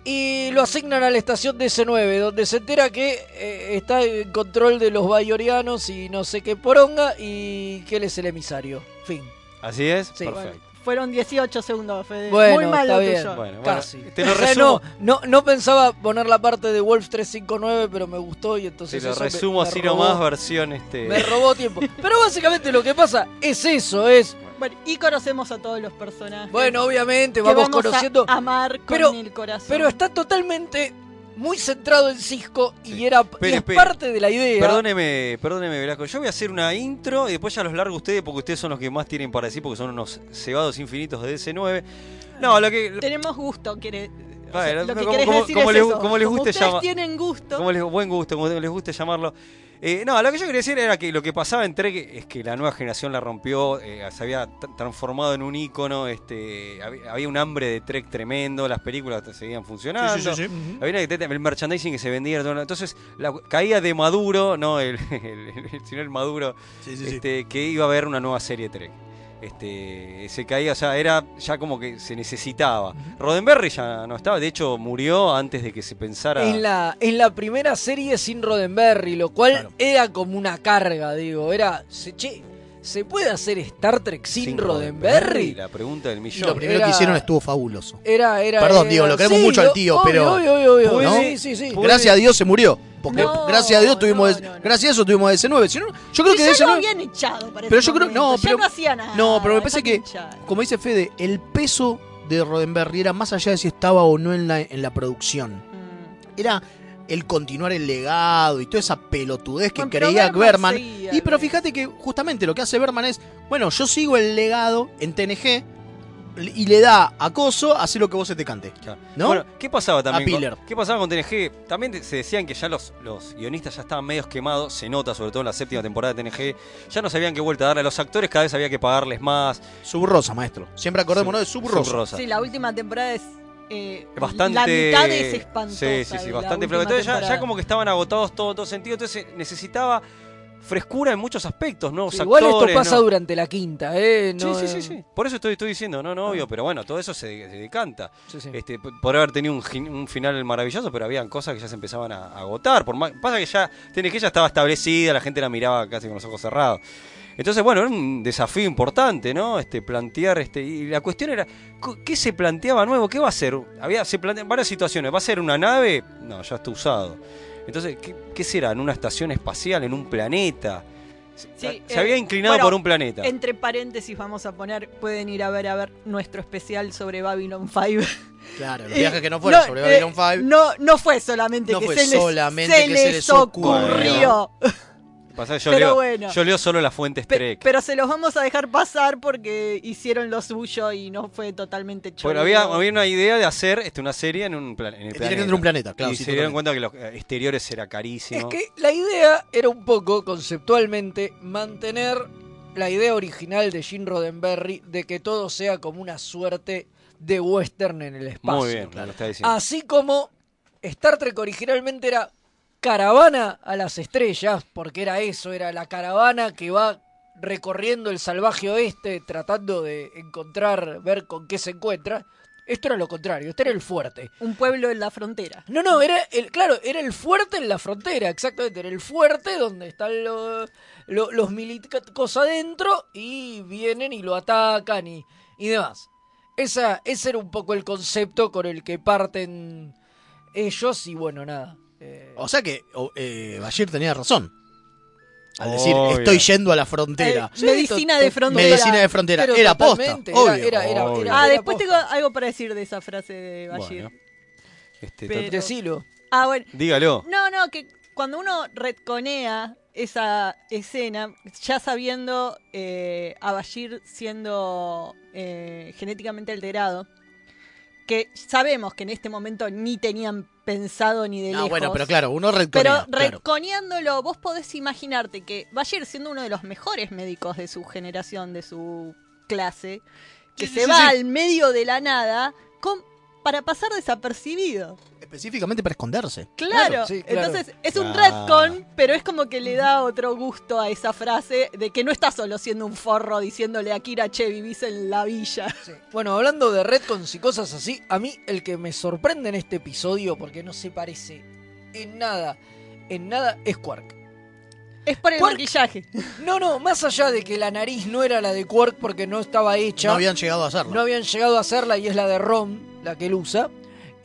Speaker 2: y lo asignan a la estación DC9, donde se entera que eh, está en control de los bayorianos y no sé qué poronga y que él es el emisario. Fin.
Speaker 1: Así es,
Speaker 2: Sí.
Speaker 1: perfecto.
Speaker 12: Fueron 18 segundos, Fede.
Speaker 2: Bueno,
Speaker 12: Muy malo
Speaker 2: está bien.
Speaker 12: tuyo.
Speaker 1: Bueno, bueno,
Speaker 2: Casi.
Speaker 1: te lo
Speaker 2: O sea,
Speaker 1: resumo.
Speaker 2: no, no, no pensaba poner la parte de Wolf 359, pero me gustó y
Speaker 1: Te
Speaker 2: entonces.
Speaker 1: lo
Speaker 2: eso me-
Speaker 1: resumo
Speaker 2: me
Speaker 1: así
Speaker 2: robó-
Speaker 1: nomás, versión este.
Speaker 2: Me robó tiempo. Pero básicamente lo que pasa es eso, es.
Speaker 12: Bueno, y conocemos a todos los personajes.
Speaker 2: Bueno, obviamente,
Speaker 12: que
Speaker 2: vamos,
Speaker 12: vamos a
Speaker 2: conociendo.
Speaker 12: amar con
Speaker 2: pero,
Speaker 12: el corazón.
Speaker 2: pero está totalmente muy centrado en Cisco y era y
Speaker 1: Espere,
Speaker 2: es
Speaker 1: espere.
Speaker 2: parte de la idea.
Speaker 1: Perdóneme, perdóneme, Velasco. Yo voy a hacer una intro y después ya los largo a ustedes porque ustedes son los que más tienen para decir porque son unos cebados infinitos de DC9. No, lo que.
Speaker 12: Tenemos gusto, quiere. o sea,
Speaker 1: Bueno,
Speaker 12: lo que
Speaker 1: como-
Speaker 12: querés
Speaker 1: como-
Speaker 12: decir
Speaker 1: como
Speaker 12: es
Speaker 1: les-
Speaker 12: eso.
Speaker 1: como les guste
Speaker 12: Ustedes
Speaker 1: llama-
Speaker 12: tienen gusto.
Speaker 1: Como les, buen gusto, como les guste llamarlo. Eh, no, lo que yo quería decir era que lo que pasaba en Trek es que la nueva generación la rompió, eh, se había tra- transformado en un ícono, este, hab- había un hambre de Trek tremendo, las películas te seguían funcionando.
Speaker 3: Sí, sí, sí, sí. Ujú.
Speaker 1: Había una- el merchandising que se vendía. todo, Entonces, la caía de Maduro, no el, el- el- sino el Maduro,
Speaker 3: Sí, sí, sí.
Speaker 1: este, que iba a haber una nueva serie Trek. Este, se caía, o sea, era ya como que se necesitaba. Roddenberry ya no estaba, de hecho murió antes de que se pensara.
Speaker 2: En la, en la primera serie sin Roddenberry, lo cual era como una carga, digo. Era, se, che, ¿se puede hacer Star Trek sin, Roddenberry?
Speaker 1: La pregunta del millón.
Speaker 3: Lo primero
Speaker 2: Era-
Speaker 3: que hicieron estuvo fabuloso.
Speaker 2: Era, era.
Speaker 3: Perdón,
Speaker 2: era-
Speaker 3: Diego, lo queremos
Speaker 2: sí,
Speaker 3: mucho al tío,
Speaker 2: obvio,
Speaker 3: pero.
Speaker 2: obvio, obvio, obvio.
Speaker 3: ¿no?
Speaker 2: Sí, sí, sí.
Speaker 3: Gracias a Dios se murió. Porque
Speaker 12: No,
Speaker 3: gracias a Dios tuvimos. Gracias a eso tuvimos DC9. Si no, yo creo
Speaker 12: Y
Speaker 3: que
Speaker 12: ya
Speaker 3: DC9.
Speaker 12: lo habían echado, parece.
Speaker 3: Pero yo creo- no, pero-
Speaker 12: Ya no hacía nada.
Speaker 3: No, pero me parece
Speaker 12: ya
Speaker 3: que,
Speaker 12: lo echaron.
Speaker 3: como dice Fede, el peso de Roddenberry era más allá de si estaba o no en la, en la producción.
Speaker 12: Mm.
Speaker 3: Era el continuar el legado y toda esa pelotudez que
Speaker 13: Bueno, pero
Speaker 3: creía
Speaker 13: Bergman
Speaker 3: Berman.
Speaker 13: seguía,
Speaker 3: y pero fíjate que justamente lo que hace Berman es, bueno, yo sigo el legado en TNG y le da acoso, hace lo que vos se te cante. ¿No?
Speaker 1: Bueno, ¿qué pasaba también?
Speaker 3: A Piller.
Speaker 1: Con, ¿Qué pasaba con TNG? También de- se decían que ya los, los guionistas ya estaban medios quemados, se nota sobre todo en la séptima temporada de TNG, ya no sabían qué vuelta darle a los actores, cada vez había que pagarles más.
Speaker 3: Subrosa, maestro. Siempre acordémonos de Subrosa.
Speaker 12: Sí, la última temporada es. eh,
Speaker 1: Bastante.
Speaker 12: La mitad es espantosa.
Speaker 1: Sí, sí, sí,
Speaker 12: la
Speaker 1: bastante flojo.
Speaker 12: última
Speaker 1: Entonces ya,
Speaker 12: temporada.
Speaker 1: ya como que estaban agotados todo, todo sentido, entonces necesitaba frescura en muchos aspectos, nuevos
Speaker 2: Igual
Speaker 1: actores.
Speaker 2: esto pasa
Speaker 1: ¿no?
Speaker 2: durante la quinta, ¿eh? No,
Speaker 1: sí, sí, sí,
Speaker 2: eh,
Speaker 1: sí. Por eso estoy, estoy diciendo,
Speaker 12: Ah.
Speaker 1: no, no, obvio, pero bueno, todo eso se, se decanta.
Speaker 2: Sí, sí.
Speaker 1: Este, p- podría haber tenido un, gin- un final maravilloso, pero habían cosas que ya se empezaban a, a agotar. Por más, pasa que ya TNG ya estaba establecida, la gente la miraba casi con los ojos cerrados. Entonces, bueno, era un desafío importante, ¿no? Este, plantear, este, y la cuestión era, cu- ¿qué se planteaba nuevo? ¿Qué va a ser? Había, se plantean varias situaciones. ¿Va a ser una nave? No, ya está usado. Entonces, ¿qué, qué será? ¿En una estación espacial? ¿En un planeta? Se,
Speaker 12: Sí,
Speaker 1: se
Speaker 12: eh,
Speaker 1: había inclinado
Speaker 12: bueno,
Speaker 1: por un planeta.
Speaker 12: Entre paréntesis vamos a poner, pueden ir a ver a ver nuestro especial sobre Babylon 5.
Speaker 3: Claro, el viaje que no fuera sobre Babylon
Speaker 12: eh,
Speaker 3: 5.
Speaker 12: No, no fue solamente
Speaker 3: No
Speaker 12: que
Speaker 3: fue
Speaker 12: se les,
Speaker 3: solamente
Speaker 12: se
Speaker 3: que se
Speaker 12: les
Speaker 3: les
Speaker 12: ocurrió.
Speaker 1: Pasa que yo,
Speaker 12: Pero
Speaker 1: leo,
Speaker 12: bueno.
Speaker 1: yo leo solo las fuentes
Speaker 12: Pe-
Speaker 1: Trek.
Speaker 12: pero se los vamos a dejar pasar porque hicieron lo suyo y no fue totalmente chulo.
Speaker 1: Bueno, había, había una idea de hacer este, una serie en un plan, en el planeta.
Speaker 3: Directamente en un planeta, claro,
Speaker 1: Y
Speaker 3: sí,
Speaker 1: se dieron cuenta que los eh, exteriores era carísimo.
Speaker 2: Es que la idea era un poco, conceptualmente, mantener la idea original de Gene Roddenberry de que todo sea como una suerte de western en el espacio.
Speaker 1: Muy bien, lo está diciendo.
Speaker 2: Así como Star Trek originalmente era caravana a las estrellas, porque era eso, era la caravana que va recorriendo el salvaje oeste tratando de encontrar, ver con qué se encuentra. Esto era lo contrario, esto era el fuerte.
Speaker 12: Un pueblo en la frontera.
Speaker 2: No, no, era el, claro, era el fuerte en la frontera, exactamente. Era el fuerte donde están lo- lo- los milicos adentro y vienen y lo atacan y, y demás. Esa, ese era un poco el concepto con el que parten ellos y bueno, nada.
Speaker 3: O sea que o- eh, Bashir tenía razón. Al decir,
Speaker 1: Obvio.
Speaker 3: estoy yendo a la frontera.
Speaker 12: Eh, medicina de frontera.
Speaker 3: Medicina de frontera.
Speaker 12: Pero
Speaker 3: Era posta.
Speaker 12: totalmente,
Speaker 3: Obvio.
Speaker 2: era- era- Obvio.
Speaker 12: ah,
Speaker 2: era
Speaker 12: después
Speaker 2: posta.
Speaker 12: tengo algo para decir de esa frase de Bashir.
Speaker 1: Bueno, este,
Speaker 12: Pero-
Speaker 1: tanto-
Speaker 2: Decilo.
Speaker 12: Ah, bueno.
Speaker 1: Dígalo.
Speaker 12: No, no, que cuando uno retconea esa escena, ya sabiendo eh, a Bashir siendo eh, genéticamente alterado, que sabemos que en este momento ni tenían pensado ni de
Speaker 3: No,
Speaker 12: lejos.
Speaker 3: bueno, pero claro, uno
Speaker 12: Pero
Speaker 3: redconea, claro.
Speaker 12: retconeándolo, vos podés imaginarte que Bayer, siendo uno de los mejores médicos de su generación, de su clase, que
Speaker 3: sí,
Speaker 12: se
Speaker 3: sí,
Speaker 12: va
Speaker 3: sí.
Speaker 12: al medio de la nada con- para pasar desapercibido.
Speaker 3: Específicamente para esconderse.
Speaker 12: Claro,
Speaker 3: sí, claro.
Speaker 12: entonces es un
Speaker 3: Ah.
Speaker 12: retcon, pero es como que le da otro gusto a esa frase de que no está solo siendo un forro diciéndole a Kira, che, vivís en la villa.
Speaker 2: Bueno, hablando de retcons y cosas así, a mí el que me sorprende en este episodio, porque no se parece en nada, en nada, es Quark.
Speaker 12: Es por
Speaker 2: el
Speaker 12: maquillaje.
Speaker 2: No, no, más allá de que la nariz no era la de Quark porque no estaba hecha.
Speaker 3: No habían llegado a hacerlo.
Speaker 2: No habían llegado a hacerla y es la de Rom, la que él usa.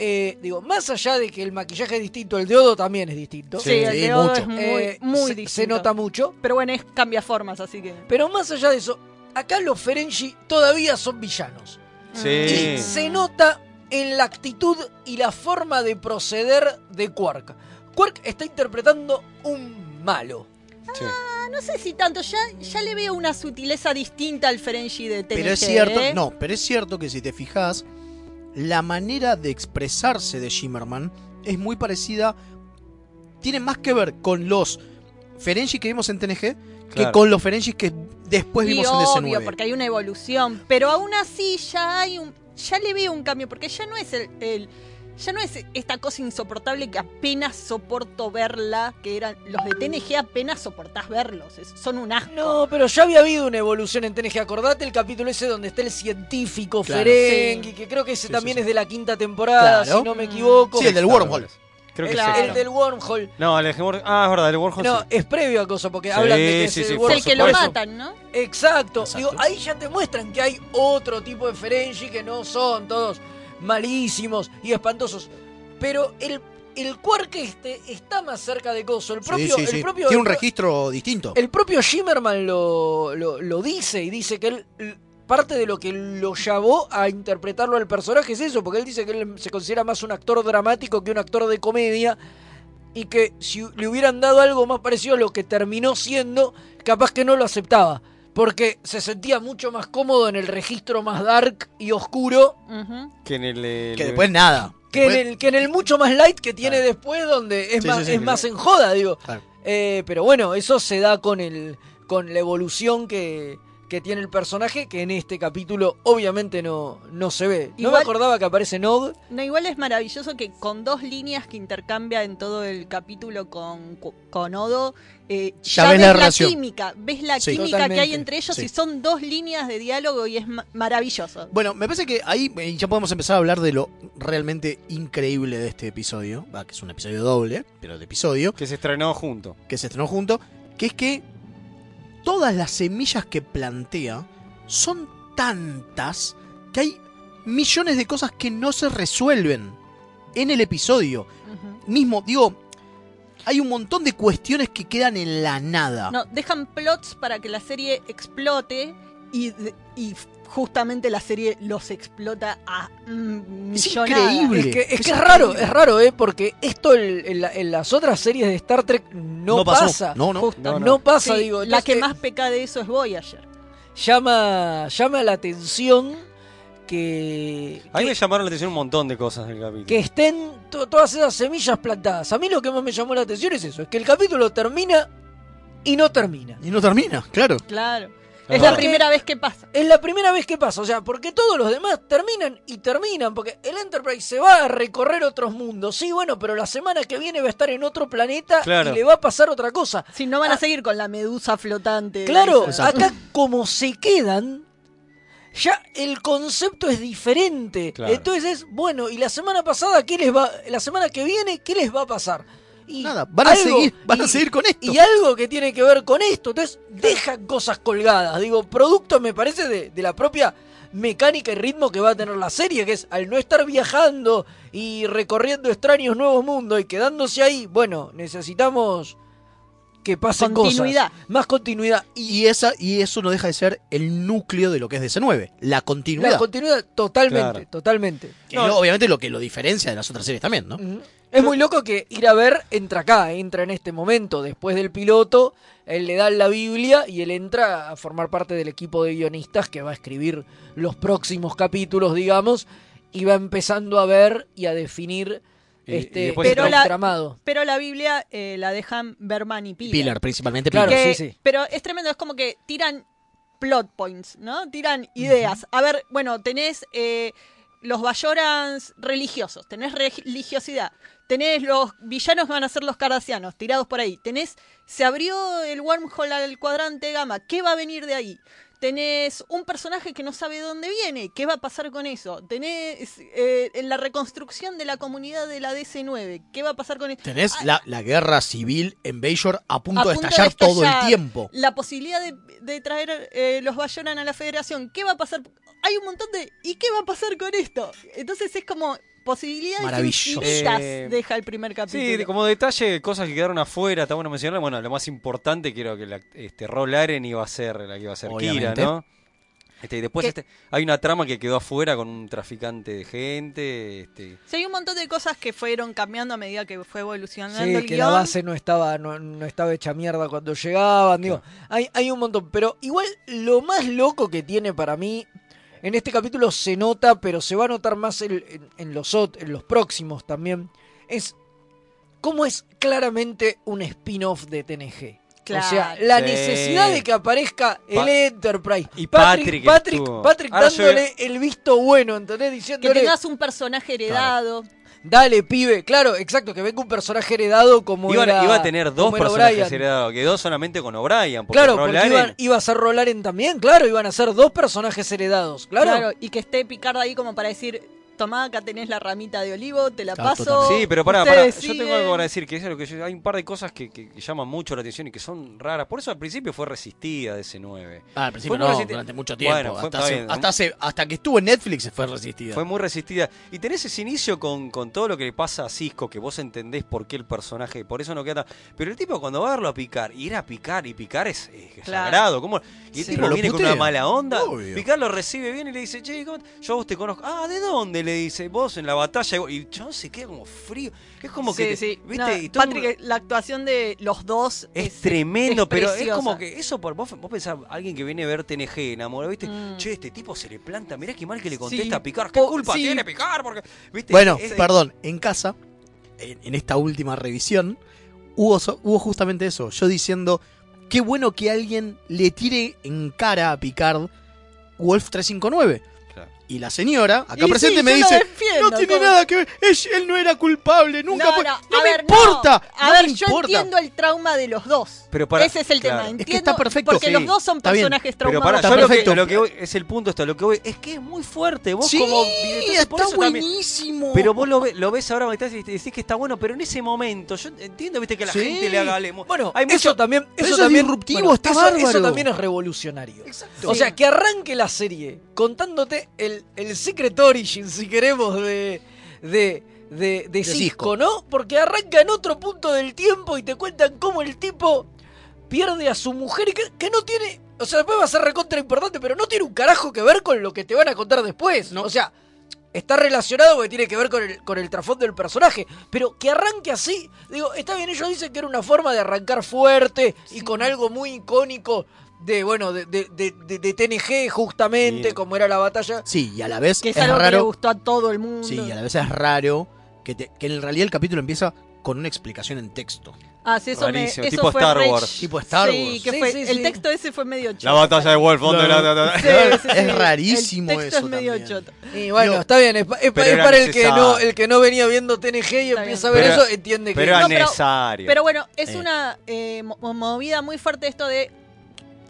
Speaker 2: Eh, digo, más allá de que el maquillaje es distinto, el deodo también es distinto.
Speaker 12: Sí, el deodo es muy,
Speaker 2: Eh,
Speaker 12: muy
Speaker 2: se-
Speaker 12: distinto.
Speaker 2: Se nota mucho.
Speaker 12: Pero bueno, es cambia formas, así que.
Speaker 2: Pero más allá de eso, acá los Ferengi todavía son villanos.
Speaker 1: Sí.
Speaker 2: Y se nota en la actitud y la forma de proceder de Quark. Quark está interpretando un malo.
Speaker 12: Ah, no sé si tanto, ya, ya le veo una sutileza distinta al Ferengi de TNG.
Speaker 3: Pero es cierto,
Speaker 12: ¿eh?
Speaker 3: no, pero es cierto que si te fijas, la manera de expresarse de Shimmerman es muy parecida. Tiene más que ver con los Ferengi que vimos en TNG que
Speaker 2: Claro.
Speaker 3: con los Ferengi que después
Speaker 12: Y
Speaker 3: vimos en
Speaker 12: obvio,
Speaker 3: DC9.
Speaker 12: porque hay una evolución. Pero aún así ya hay un. ya le veo un cambio, porque ya no es el. el- ya no es esta cosa insoportable que apenas soporto verla, que eran. Los de TNG apenas soportás verlos. es- son un asco.
Speaker 2: No, pero ya había habido una evolución en TNG. Acordate el capítulo ese donde está el científico
Speaker 3: Claro.
Speaker 2: Ferengi, que creo que ese también es de la quinta temporada,
Speaker 3: Claro.
Speaker 2: si no me equivoco.
Speaker 3: Sí, el del wormhole.
Speaker 1: Creo que
Speaker 2: El-
Speaker 1: es
Speaker 2: el
Speaker 1: esta.
Speaker 2: del wormhole.
Speaker 1: No, el Hegemon- Ah, es verdad, el Warhol.
Speaker 2: No,
Speaker 1: sí.
Speaker 2: es previo a cosa, porque
Speaker 1: Sí,
Speaker 2: hablan de que
Speaker 1: sí,
Speaker 2: es
Speaker 1: sí,
Speaker 2: el
Speaker 1: por
Speaker 2: Warhol.
Speaker 1: El que lo supuesto.
Speaker 12: matan, ¿no?
Speaker 2: Exacto. Digo, ahí ya te muestran que hay otro tipo de Ferengi que no son todos malísimos y espantosos. Pero el, el Quark este está más cerca de Coso. El
Speaker 3: Sí,
Speaker 2: propio,
Speaker 3: sí,
Speaker 2: el
Speaker 3: sí.
Speaker 2: propio-
Speaker 3: Tiene un
Speaker 2: el-
Speaker 3: registro distinto.
Speaker 2: el propio Shimmerman lo, lo, lo dice y dice que él l- parte de lo que lo llevó a interpretarlo al personaje es eso, porque él dice que él se considera más un actor dramático que un actor de comedia y que si le hubieran dado algo más parecido a lo que terminó siendo, capaz que no lo aceptaba, porque se sentía mucho más cómodo en el registro más dark y oscuro
Speaker 1: Que, en el, el-
Speaker 3: Que después nada.
Speaker 2: que, en el, que en el mucho más light que tiene después, donde es
Speaker 3: Sí,
Speaker 2: más,
Speaker 3: sí, sí,
Speaker 2: es
Speaker 3: sí.
Speaker 2: más en joda, digo.
Speaker 3: Claro.
Speaker 2: Eh, pero bueno, eso se da con el con la evolución que, que tiene el personaje, que en este capítulo obviamente no, no se ve. No me
Speaker 12: Igual-
Speaker 2: acordaba que aparece Nog.
Speaker 12: No, igual es maravilloso que con dos líneas que intercambia en todo el capítulo con, con Odo, eh, ya,
Speaker 3: Ya ves
Speaker 12: ves
Speaker 3: la
Speaker 12: la,
Speaker 3: relación.
Speaker 12: química, ves la
Speaker 3: Sí.
Speaker 12: química que hay
Speaker 3: Totalmente.
Speaker 12: entre ellos
Speaker 3: Sí.
Speaker 12: y son dos líneas de diálogo y es ma- maravilloso.
Speaker 3: Bueno, me parece que ahí eh, ya podemos empezar a hablar de lo realmente increíble de este episodio, va, que es un episodio doble, pero de episodio.
Speaker 1: Que se estrenó junto.
Speaker 3: Que se estrenó junto, que es que todas las semillas que plantea son tantas que hay millones de cosas que no se resuelven en el episodio. Mismo, digo, hay un montón de cuestiones que quedan en la nada.
Speaker 12: No, dejan plots para que la serie explote y, de- y justamente la serie los explota a mm, millonadas.
Speaker 2: Es que es, que es raro, es raro, ¿eh? Porque esto en, en la- en las otras series de Star Trek no,
Speaker 3: No pasó.
Speaker 2: pasa.
Speaker 3: No, no.
Speaker 2: Justo,
Speaker 3: No,
Speaker 2: No,
Speaker 3: no.
Speaker 2: pasa,
Speaker 12: Sí,
Speaker 2: digo.
Speaker 12: la
Speaker 2: entonces,
Speaker 12: que
Speaker 2: eh,
Speaker 12: más peca de eso es Voyager.
Speaker 2: llama, llama la atención que,
Speaker 1: A mí me llamaron la atención un montón de cosas del capítulo.
Speaker 2: que estén to- todas esas semillas plantadas. A mí lo que más me llamó la atención es eso, es que el capítulo termina y no termina.
Speaker 3: Y no termina, claro.
Speaker 12: Claro.
Speaker 2: Ah.
Speaker 12: Es la
Speaker 2: Porque-
Speaker 12: primera vez que pasa.
Speaker 2: Es la primera vez que pasa, o sea, porque todos los demás terminan y terminan, porque el Enterprise se va a recorrer otros mundos, sí, bueno, pero la semana que viene va a estar en otro planeta
Speaker 12: Claro.
Speaker 2: y le va a pasar otra cosa.
Speaker 12: Si no
Speaker 3: Ah.
Speaker 12: van a seguir con la medusa flotante.
Speaker 2: Claro,
Speaker 12: esa.
Speaker 2: acá como se quedan, ya el concepto es diferente.
Speaker 12: Claro.
Speaker 2: Entonces es, bueno, ¿y la semana pasada qué les va, la semana que viene, qué les va a pasar? Y
Speaker 3: Nada, van a seguir- van a seguir con esto.
Speaker 2: Y algo que tiene que ver con esto, entonces dejan cosas colgadas. Digo, producto me parece de, de la propia mecánica y ritmo que va a tener la serie, que es al no estar viajando y recorriendo extraños nuevos mundos y quedándose ahí, bueno, necesitamos que pasen
Speaker 12: Continuidad.
Speaker 2: cosas. Más continuidad.
Speaker 3: Y, esa, y eso no deja de ser el núcleo de lo que es DC9, la continuidad.
Speaker 2: La continuidad, totalmente,
Speaker 3: Claro.
Speaker 2: totalmente.
Speaker 3: Que es lo- obviamente lo que lo diferencia de las otras series también, ¿no?
Speaker 2: Es muy loco que ir a ver entra acá, entra en este momento, después del piloto, él le dan la Biblia y él entra a formar parte del equipo de guionistas que va a escribir los próximos capítulos, digamos, y va empezando a ver y a definir
Speaker 3: Y- y
Speaker 2: este
Speaker 3: después
Speaker 2: pero
Speaker 12: entra-
Speaker 2: la- entramado.
Speaker 12: Pero la Biblia eh, la dejan Berman y Pilar.
Speaker 3: Pilar, principalmente
Speaker 2: Claro,
Speaker 3: Pilar.
Speaker 12: Que- Pero es tremendo, es como que tiran plot points, ¿no? Tiran ideas. A ver, bueno, tenés eh, los Bayorans religiosos, tenés religiosidad, tenés los villanos que van a ser los cardassianos, tirados por ahí, tenés, se abrió el wormhole al cuadrante gamma, ¿qué va a venir de ahí? Tenés un personaje que no sabe dónde viene, ¿qué va a pasar con eso? Tenés eh, la reconstrucción de la comunidad de la DC9, ¿qué va a pasar con e-? eso?
Speaker 3: Tenés la, la guerra civil en Bajor a punto,
Speaker 12: a
Speaker 3: de,
Speaker 12: punto
Speaker 3: estallar todo el
Speaker 12: estallar.
Speaker 3: tiempo.
Speaker 12: La posibilidad de, de traer eh, los Bayoran a la federación. ¿Qué va a pasar? Hay un montón de. ¿Y qué va a pasar con esto? Entonces es como posibilidades
Speaker 1: Maravilloso.
Speaker 12: infinitas
Speaker 1: Eh,
Speaker 12: deja el primer capítulo.
Speaker 1: Sí, de- como detalle, cosas que quedaron afuera, está bueno mencionar. Bueno, lo más importante creo que la, este, Roll Aren iba a ser la que iba a ser Kira,
Speaker 3: Obviamente.
Speaker 1: ¿no? Este, y después
Speaker 12: Que-
Speaker 1: este, hay una trama que quedó afuera con un traficante de gente. Este,
Speaker 12: Sí, hay un montón de cosas que fueron cambiando a medida que fue evolucionando
Speaker 2: Sí,
Speaker 12: el
Speaker 2: que la
Speaker 12: guión.
Speaker 2: base no estaba, no, no estaba hecha mierda cuando llegaban. Digo, hay, hay un montón. Pero igual lo más loco que tiene para mí, en este capítulo se nota, pero se va a notar más el- en, en los, ot- en los próximos también, es cómo es claramente un spin-off de TNG.
Speaker 12: Claro.
Speaker 2: O sea, la
Speaker 1: Sí.
Speaker 2: necesidad de que aparezca el
Speaker 1: Pa-
Speaker 2: Enterprise.
Speaker 1: y Patrick
Speaker 2: Patrick,
Speaker 1: estuvo.
Speaker 2: Patrick
Speaker 1: Ahora yo-
Speaker 2: dándole el visto bueno, ¿entendés?
Speaker 12: Que
Speaker 2: Diciéndole,
Speaker 12: tengas un personaje heredado.
Speaker 2: Dale, pibe, claro, exacto, que venga un personaje heredado como
Speaker 1: iban-
Speaker 2: era-
Speaker 1: iba a tener dos
Speaker 2: como era
Speaker 1: personajes
Speaker 2: O'Brien.
Speaker 1: heredados, quedó solamente con O'Brien. Porque
Speaker 2: Claro,
Speaker 1: Roll
Speaker 2: porque
Speaker 1: Aren-
Speaker 2: iban- iba a ser Rolaren también, claro, iban a ser dos personajes heredados, claro.
Speaker 12: Y que esté Picardo ahí como para decir: Tomá, acá tenés la ramita de olivo, te la
Speaker 1: Claro,
Speaker 12: paso.
Speaker 2: Oh,
Speaker 1: totalmente. Sí, pero pará, pará.
Speaker 12: ustedes
Speaker 1: Yo tengo
Speaker 12: siguen".
Speaker 1: algo para decir, que eso es lo que yo- hay un par de cosas que, que- que llaman mucho la atención y que son raras. Por eso al principio fue resistida de ese 9.
Speaker 3: Ah, al principio
Speaker 1: Fue muy
Speaker 3: no,
Speaker 1: resisti-
Speaker 3: durante mucho tiempo.
Speaker 1: Bueno, fue-
Speaker 3: hasta,
Speaker 1: está
Speaker 3: hace-
Speaker 1: bien.
Speaker 3: hasta hace- hasta que estuvo en Netflix fue resistida.
Speaker 1: Fue muy resistida. Y tenés ese inicio con, con todo lo que le pasa a Cisco, que vos entendés por qué el personaje, por eso no queda tan... Pero el tipo cuando va a verlo a picar, ir a picar, y picar es, es
Speaker 2: Claro.
Speaker 1: sagrado. ¿cómo? Y el
Speaker 2: Sí.
Speaker 1: tipo
Speaker 2: Pero lo
Speaker 1: viene con
Speaker 2: putea.
Speaker 1: una mala onda,
Speaker 2: Obvio.
Speaker 1: picar lo recibe bien y le dice, che, ¿cómo te- yo a vos te conozco. Ah, ¿de dónde? Le dice, vos en la batalla. Y el chabón se queda como frío. Es como
Speaker 12: Sí,
Speaker 1: que... te-
Speaker 12: sí.
Speaker 1: ¿viste?
Speaker 12: No,
Speaker 1: Y todo el mundo-
Speaker 12: Patrick, la actuación de los dos
Speaker 1: Es, tremendo,
Speaker 12: es
Speaker 1: pero es
Speaker 12: preciosa.
Speaker 1: como que eso por vos, vos pensás, alguien que viene a ver TNG enamorado, ¿viste?
Speaker 12: Mm.
Speaker 1: Che, este tipo se le planta, mirá qué mal que le
Speaker 12: Sí.
Speaker 1: contesta a Picar, ¿qué
Speaker 12: Po-
Speaker 1: culpa
Speaker 12: sí.
Speaker 1: tiene Picar? Porque,
Speaker 12: Este,
Speaker 1: ¿viste?
Speaker 3: Bueno,
Speaker 1: Es-
Speaker 3: perdón, en casa, en, en esta última revisión, hubo, so- hubo justamente eso. Yo diciendo, qué bueno que alguien le tire en cara a Picard Wolf 359.
Speaker 1: Claro.
Speaker 3: Y la señora, acá
Speaker 12: Y
Speaker 3: presente,
Speaker 12: sí,
Speaker 3: me
Speaker 12: yo la
Speaker 3: dice,
Speaker 12: defiendo,
Speaker 3: no tiene
Speaker 12: ¿cómo?
Speaker 3: nada que ver, es- él no era culpable, nunca
Speaker 12: No,
Speaker 3: fue-
Speaker 12: no,
Speaker 3: No,
Speaker 12: a
Speaker 3: me
Speaker 12: ver, no.
Speaker 3: importa.
Speaker 12: A
Speaker 3: no
Speaker 12: ver,
Speaker 3: me
Speaker 12: yo
Speaker 3: importa.
Speaker 12: entiendo el trauma de los dos.
Speaker 1: Pero para-
Speaker 12: Ese es el
Speaker 1: claro.
Speaker 12: tema.
Speaker 1: Es que
Speaker 12: Entiendo,
Speaker 3: está perfecto,
Speaker 12: Porque
Speaker 1: sí.
Speaker 12: los dos son
Speaker 1: Está bien.
Speaker 12: personajes
Speaker 1: Pero para,
Speaker 12: traumados.
Speaker 1: yo lo que,
Speaker 3: perfecto.
Speaker 1: lo que voy, es el punto esto, lo que voy, es que es muy fuerte, vos
Speaker 3: Sí,
Speaker 1: como entonces, por
Speaker 3: está
Speaker 1: eso también-
Speaker 3: buenísimo.
Speaker 1: pero vos lo, ve- lo ves ahora estás y te decís que está bueno, pero en ese momento, yo entiendo, viste, que la
Speaker 3: Sí.
Speaker 1: gente le haga alemo.
Speaker 2: Bueno,
Speaker 1: hay
Speaker 2: eso
Speaker 1: mucho-
Speaker 2: también,
Speaker 3: pero
Speaker 2: eso
Speaker 3: eso es
Speaker 2: también
Speaker 3: disruptivo,
Speaker 2: bueno,
Speaker 3: está
Speaker 2: eso- Eso
Speaker 3: bárbaro.
Speaker 2: también es revolucionario.
Speaker 3: Exacto.
Speaker 2: O sea,
Speaker 3: Sí.
Speaker 2: que arranque la serie contándote el, el secret origin, si queremos, de, de, de, de Cisco,
Speaker 3: Cisco.
Speaker 2: ¿no? Porque arranca en otro punto del tiempo y te cuentan cómo el tipo pierde a su mujer y que, que no tiene... O sea, después va a ser recontra importante, pero no tiene un carajo que ver con lo que te van a contar después. O sea, está relacionado porque tiene que ver con el, con el trasfondo del personaje. Pero que arranque así, digo, está bien, ellos dicen que era una forma de arrancar fuerte y con algo muy icónico de, bueno, de, de, de- de- de TNG justamente,
Speaker 3: Bien.
Speaker 2: como era la batalla.
Speaker 3: Sí, y a la vez
Speaker 12: Que es,
Speaker 3: es,
Speaker 12: algo que le
Speaker 3: raro.
Speaker 12: gustó a todo el mundo.
Speaker 3: Sí, y a la vez es raro que, te- que en realidad el capítulo empieza con una explicación en texto.
Speaker 12: Ah, sí, eso me-
Speaker 1: Rarísimo,
Speaker 12: eso
Speaker 1: tipo
Speaker 12: fue
Speaker 1: Star
Speaker 12: re-
Speaker 1: Wars.
Speaker 3: Tipo Star
Speaker 12: Sí,
Speaker 3: Wars.
Speaker 12: que
Speaker 2: Sí,
Speaker 12: fue-
Speaker 2: sí,
Speaker 12: el
Speaker 2: sí.
Speaker 12: texto ese fue medio choto.
Speaker 1: La batalla de Wolf, ¿dónde
Speaker 3: No,
Speaker 1: la-
Speaker 3: no.
Speaker 1: la- la-
Speaker 12: Sí, sí, sí.
Speaker 3: Es rarísimo
Speaker 12: El texto
Speaker 3: eso
Speaker 12: es medio
Speaker 3: también.
Speaker 12: choto.
Speaker 2: Y bueno,
Speaker 3: Yo-
Speaker 2: está bien, es, pa- es pa-
Speaker 1: Pero
Speaker 2: es
Speaker 1: era
Speaker 2: para el que,
Speaker 1: necesario.
Speaker 2: no, el que no venía viendo TNG y empieza a ver
Speaker 1: Pero-
Speaker 2: eso, entiende
Speaker 1: pero
Speaker 2: que...
Speaker 1: era
Speaker 12: No, pero-
Speaker 1: necesario.
Speaker 12: Pero bueno, es
Speaker 3: Eh.
Speaker 12: una eh, mo- movida muy fuerte esto de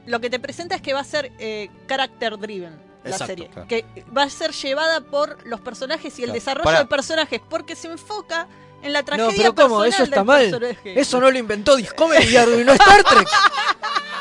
Speaker 12: lo que te presenta es que va a ser eh, character driven la
Speaker 3: Exacto,
Speaker 12: serie,
Speaker 1: claro.
Speaker 12: que va a ser llevada por los personajes y el
Speaker 1: Claro.
Speaker 12: desarrollo
Speaker 1: Pará.
Speaker 12: de personajes, porque se enfoca en la tragedia
Speaker 2: No, pero ¿cómo?
Speaker 12: personal
Speaker 2: Eso está
Speaker 12: del
Speaker 2: mal.
Speaker 12: personaje.
Speaker 2: Eso no lo inventó Discovery y arruinó Star Trek.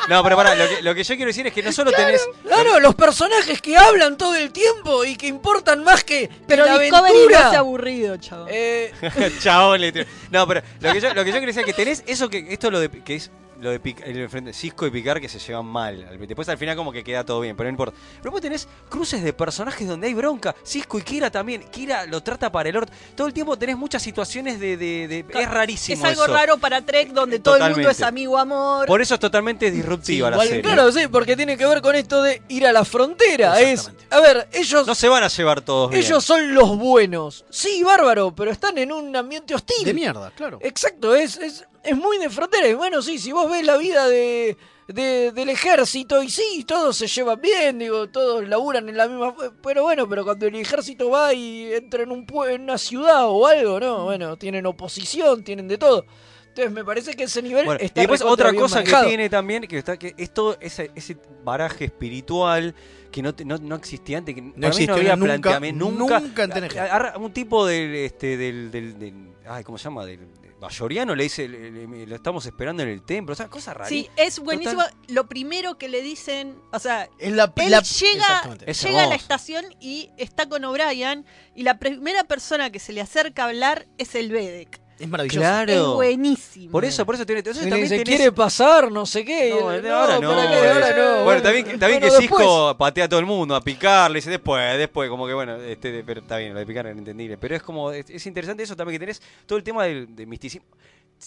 Speaker 1: No, pero pará, lo que, lo que yo quiero decir es que no solo tenés.
Speaker 2: Claro, los personajes que hablan todo el tiempo y que importan más que que
Speaker 12: Pero
Speaker 2: la
Speaker 12: Discovery no
Speaker 2: aventura.
Speaker 12: se ha aburrido, chavo.
Speaker 2: Eh,
Speaker 1: Chabón, le tiró. No, pero lo que yo, lo que yo quería decir es que tenés eso que. Esto lo de. que es lo de Pic- el frente- Cisco y Picar que se llevan mal. Al- Después al final como que queda todo bien, pero no importa. Pero vos tenés cruces de personajes donde hay bronca. Cisco y Kira también. Kira lo trata para el orto. Todo el tiempo tenés muchas situaciones de... de- de- es rarísimo
Speaker 12: Es algo
Speaker 1: eso.
Speaker 12: raro para Trek, donde todo el mundo
Speaker 1: Totalmente.
Speaker 12: es amigo amor.
Speaker 1: Por eso es totalmente disruptiva la
Speaker 2: Igual-
Speaker 1: serie.
Speaker 2: Claro, sí, porque tiene que ver con esto de ir a la frontera. Es, a ver, ellos,
Speaker 1: No se van a llevar todos bien.
Speaker 2: ellos son los buenos. Sí, bárbaro, pero están en un ambiente hostil.
Speaker 3: De mierda, claro.
Speaker 2: Exacto, es, es, es muy de frontera. Y bueno, sí, si vos ves la vida de, de- del ejército, y sí, todos se llevan bien, digo, todos laburan en la misma. Pero bueno, pero cuando el ejército va y entra en, un pue- en una ciudad o algo, ¿no? Bueno, tienen oposición, tienen de todo. Entonces me parece que ese nivel
Speaker 1: Bueno, y
Speaker 2: está
Speaker 1: después
Speaker 2: recontra
Speaker 1: otra
Speaker 2: bien
Speaker 1: cosa
Speaker 2: manejado.
Speaker 1: que tiene también, que está que es todo ese, ese baraje espiritual que no, te- no, no existía antes, que para mí no
Speaker 3: existió
Speaker 1: había
Speaker 3: nunca,
Speaker 1: planteamiento nunca.
Speaker 3: nunca en TNG.
Speaker 1: Agarra un tipo del, este, del, del, del- ay, ¿cómo se llama? Del, del bayoriano le dice, le- le- lo estamos esperando en el templo, o sea, cosas raras.
Speaker 12: Sí, es buenísimo. Lo primero que le dicen, o sea,
Speaker 3: Es la,
Speaker 12: él
Speaker 3: la-
Speaker 12: llega,
Speaker 3: Exactamente.
Speaker 1: Es
Speaker 12: llega a la
Speaker 1: hermoso.
Speaker 12: estación y está con O'Brien y la primera persona que se le acerca a hablar es el Bedek.
Speaker 3: Es
Speaker 1: maravilloso.
Speaker 12: Es
Speaker 1: Claro.
Speaker 12: buenísimo.
Speaker 1: Por eso, por eso tiene. Entonces
Speaker 2: Y le
Speaker 1: también
Speaker 2: dice,
Speaker 1: tenés-
Speaker 2: quiere pasar, no sé qué. y
Speaker 1: No,
Speaker 2: él,
Speaker 1: ahora no.
Speaker 2: ¿para qué?
Speaker 1: eh.
Speaker 2: Ahora no.
Speaker 1: Bueno, también, que- también
Speaker 2: Bueno,
Speaker 1: que
Speaker 2: después.
Speaker 1: Cisco patea a todo el mundo, a picar, le dice después, después, como que bueno, este, de- pero está bien, lo de picar era entendible. Pero es como, es, es interesante eso también que tenés todo el tema del, del misticismo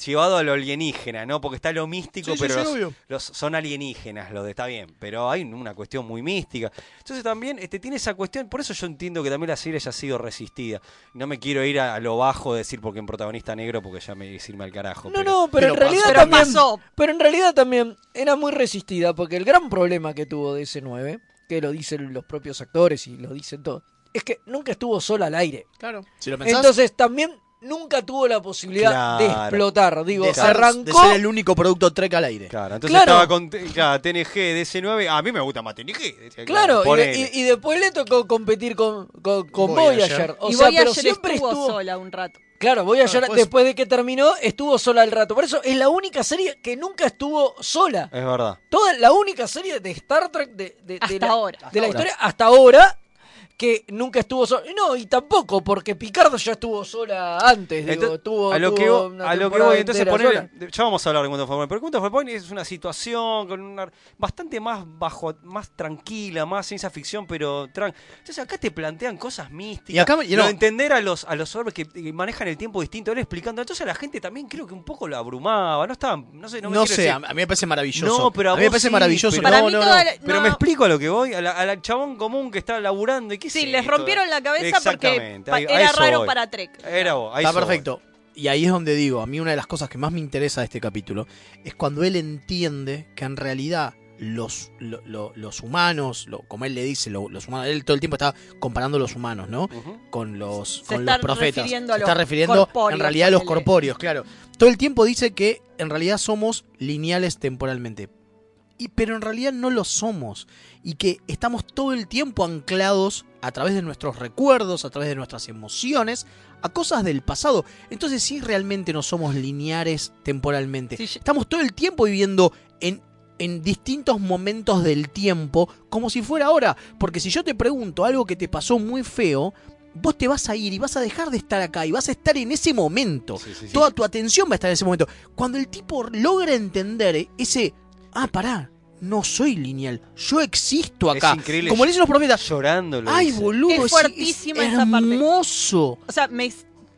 Speaker 1: llevado a lo alienígena, ¿no? Porque está lo místico,
Speaker 3: Sí, sí,
Speaker 1: pero
Speaker 3: sí,
Speaker 1: los-
Speaker 3: obvio.
Speaker 1: los- son alienígenas, lo de está bien, pero hay una cuestión muy mística. Entonces también este, tiene esa cuestión, por eso yo entiendo que también la serie haya sido resistida. No me quiero ir a, a lo bajo de decir porque en protagonista negro, porque ya me irme al carajo.
Speaker 2: No, no, pero, en realidad también. Pero en realidad también era muy resistida, porque el gran problema que tuvo de ese 9, que lo dicen los propios actores y lo dicen todos, es que nunca estuvo sola al aire.
Speaker 3: Claro. Si lo pensás,
Speaker 2: Entonces también nunca tuvo la posibilidad de
Speaker 1: Claro.
Speaker 2: explotar. Digo,
Speaker 3: de ser- de
Speaker 2: arrancó.
Speaker 3: ser el único producto Trek al aire.
Speaker 1: Claro, entonces
Speaker 2: Claro.
Speaker 1: estaba con T- claro, TNG, DC9. A mí me gusta más TNG. decía,
Speaker 2: Claro, y,
Speaker 1: ponele.
Speaker 2: y- y después le tocó competir con, con, con
Speaker 1: Voyager.
Speaker 2: Voyager. O
Speaker 12: y
Speaker 2: sea,
Speaker 12: Voyager
Speaker 2: pero siempre
Speaker 12: estuvo,
Speaker 2: estuvo.
Speaker 12: sola un rato.
Speaker 2: Claro, Voyager,
Speaker 12: después-
Speaker 2: después de que terminó, estuvo sola al rato. Por eso es la única serie que nunca estuvo sola.
Speaker 1: Es verdad.
Speaker 2: Toda la única serie de Star Trek de, de- de la,
Speaker 12: ahora.
Speaker 2: de
Speaker 12: Hasta
Speaker 2: la
Speaker 12: ahora.
Speaker 2: historia hasta ahora que nunca estuvo sola. No, y tampoco, porque Picardo ya estuvo sola antes. Digo,
Speaker 1: Entonces,
Speaker 2: tuvo,
Speaker 1: a lo que,
Speaker 2: tuvo
Speaker 1: vo-
Speaker 2: una
Speaker 1: a lo que
Speaker 2: temporada
Speaker 1: voy, entonces
Speaker 2: entera
Speaker 1: ponele-
Speaker 2: sola.
Speaker 1: ya vamos a hablar de Quantum of Point, pero Quantum of Point es una situación con una, bastante más bajo, más tranquila, más ciencia ficción, pero tran- entonces acá te plantean cosas místicas,
Speaker 3: Y acá- y
Speaker 1: lo
Speaker 3: no.
Speaker 1: de entender a los a los orbes que, que manejan el tiempo distinto, él explicando, entonces a la gente también creo que un poco lo abrumaba, no estaban, no sé, no, me
Speaker 3: No
Speaker 1: quiero
Speaker 3: sé,
Speaker 1: decir-
Speaker 3: a a mí me parece maravilloso.
Speaker 1: No, pero a,
Speaker 3: a mí
Speaker 1: vos
Speaker 3: me parece
Speaker 1: sí,
Speaker 3: maravilloso.
Speaker 1: Pero,
Speaker 12: Para mí toda la-
Speaker 1: Pero
Speaker 12: no.
Speaker 1: me explico a lo que voy, a la- al chabón común que está laburando y qué
Speaker 12: Sí,
Speaker 1: sé
Speaker 12: les
Speaker 1: yo.
Speaker 12: rompieron la cabeza porque
Speaker 1: Exactamente,
Speaker 12: pa-
Speaker 1: ahí- a
Speaker 12: era
Speaker 1: eso
Speaker 12: raro
Speaker 1: voy.
Speaker 12: para Trek.
Speaker 1: Era vos, ahí
Speaker 3: Está
Speaker 1: eso voy.
Speaker 3: perfecto. Y ahí es donde digo, a mí una de las cosas que más me interesa de este capítulo es cuando él entiende que en realidad los, lo- lo- los humanos, lo- como él le dice, lo- los humanos, él todo el tiempo está comparando los humanos, ¿no? Con los, con
Speaker 12: está
Speaker 3: los profetas.
Speaker 12: refiriendo a
Speaker 3: Se está
Speaker 12: los
Speaker 3: refiriendo en
Speaker 12: corpóreos,
Speaker 3: realidad a los
Speaker 12: ponele.
Speaker 3: corpóreos, claro. Todo el tiempo dice que en realidad somos lineales temporalmente. Y, pero en realidad no lo somos. Y que estamos todo el tiempo anclados a través de nuestros recuerdos, a través de nuestras emociones, a cosas del pasado. Entonces sí realmente no somos lineares temporalmente. Estamos todo el tiempo viviendo en, en distintos momentos del tiempo, como si fuera ahora. Porque si yo te pregunto algo que te pasó muy feo, vos te vas a ir y vas a dejar de estar acá y vas a estar en ese momento. Toda tu atención va a estar en ese momento. Cuando el tipo logra entender ese, ah, pará, no soy lineal, yo existo acá.
Speaker 1: Es increíble.
Speaker 3: Como le dicen los profetas,
Speaker 1: llorando. lo
Speaker 3: ay,
Speaker 1: dice.
Speaker 3: boludo,
Speaker 12: Es
Speaker 3: es,
Speaker 12: fuertísima
Speaker 3: es
Speaker 12: esa parte.
Speaker 3: hermoso.
Speaker 12: O sea, me,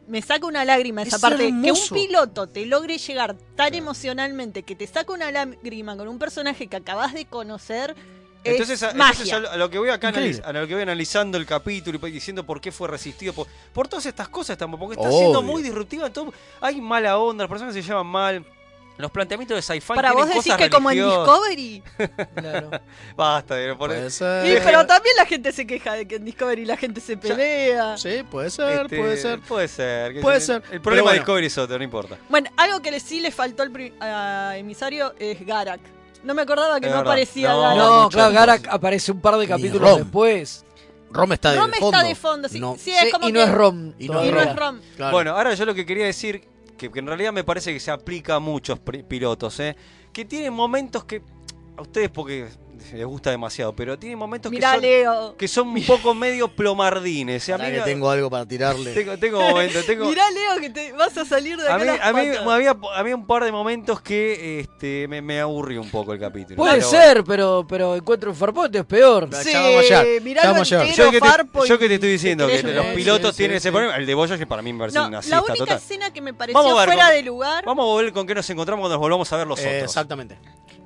Speaker 12: me saca una lágrima esa
Speaker 3: Es
Speaker 12: parte. Que un
Speaker 3: hermoso.
Speaker 12: piloto te logre llegar tan emocionalmente que te saca una lágrima con un personaje que acabas de conocer. es
Speaker 1: Entonces, a,
Speaker 12: magia.
Speaker 1: entonces a lo- a lo que voy acá
Speaker 3: Increíble.
Speaker 1: analiz- a lo que voy analizando el capítulo y pa- diciendo por qué fue resistido por, por todas estas cosas tampoco, porque está
Speaker 3: Obvio.
Speaker 1: siendo muy disruptiva en todo- hay mala onda, las personas se llevan mal. Los planteamientos de sci-fi
Speaker 12: Para vos
Speaker 1: tienen
Speaker 12: decís que
Speaker 1: cosas
Speaker 12: como en
Speaker 1: religiosas.
Speaker 12: Discovery.
Speaker 1: Basta, de por-
Speaker 3: Puede
Speaker 12: Y,
Speaker 3: ser.
Speaker 1: Este,
Speaker 12: pero también la gente se queja de que en Discovery la gente se pelea.
Speaker 3: Sí, puede ser,
Speaker 1: Este,
Speaker 3: puede ser.
Speaker 1: Puede ser. que-
Speaker 3: Puede ser.
Speaker 1: El
Speaker 3: Pero
Speaker 1: problema de
Speaker 3: bueno.
Speaker 1: Discovery es otro, no importa.
Speaker 12: Bueno, algo que le- sí le faltó al pri- a emisario es Garak. No me acordaba que
Speaker 1: Es
Speaker 12: no
Speaker 1: verdad.
Speaker 12: aparecía
Speaker 1: No,
Speaker 12: Garak.
Speaker 2: No,
Speaker 1: mucho
Speaker 2: claro,
Speaker 1: antes.
Speaker 2: Garak aparece un par de capítulos
Speaker 3: Rom.
Speaker 2: después.
Speaker 3: Rom está de
Speaker 12: Rom
Speaker 3: fondo.
Speaker 12: está de fondo, sí.
Speaker 3: No.
Speaker 12: Sí, es
Speaker 2: Sí,
Speaker 12: como
Speaker 2: y no
Speaker 12: que-
Speaker 2: es Rom.
Speaker 3: Y
Speaker 2: todavía.
Speaker 12: Y no es Rom.
Speaker 3: Claro.
Speaker 1: Bueno, ahora yo lo que quería decir, que, que en realidad me parece que se aplica a muchos pri- pilotos, ¿eh? que tienen momentos que a ustedes porque les gusta demasiado, pero tiene momentos
Speaker 12: Mirá,
Speaker 1: que, son,
Speaker 12: Leo.
Speaker 1: que son un poco medio plomardines. ¿eh? A mí
Speaker 3: Dale,
Speaker 1: la-
Speaker 3: tengo algo para tirarle.
Speaker 1: tengo, tengo momentos, tengo-
Speaker 12: Mirá, Leo, que te vas a salir de acá
Speaker 1: a mí,
Speaker 12: las
Speaker 1: a mí
Speaker 12: patas.
Speaker 1: había, había un par de momentos que este, me, me aburrió un poco el capítulo.
Speaker 2: Puede
Speaker 1: pero-
Speaker 2: ser, pero, pero encuentro un farpote es peor.
Speaker 1: Sí, Ya vamos allá,
Speaker 12: miralo ya vamos allá. entero,
Speaker 1: Yo que,
Speaker 12: Farpo,
Speaker 1: te, yo que te estoy diciendo que
Speaker 12: crees
Speaker 1: los
Speaker 12: un-
Speaker 1: pilotos
Speaker 12: Sí,
Speaker 1: tienen
Speaker 12: sí,
Speaker 1: ese
Speaker 12: sí.
Speaker 1: problema. El de Voyager para mí me parece
Speaker 12: No,
Speaker 1: una
Speaker 12: la
Speaker 1: cista
Speaker 12: única
Speaker 1: total.
Speaker 12: escena que me pareció
Speaker 1: Vamos a ver,
Speaker 12: fuera
Speaker 1: con-
Speaker 12: de lugar.
Speaker 1: Vamos a volver con qué nos encontramos cuando nos volvamos a ver los
Speaker 3: Eh,
Speaker 1: otros.
Speaker 3: Exactamente.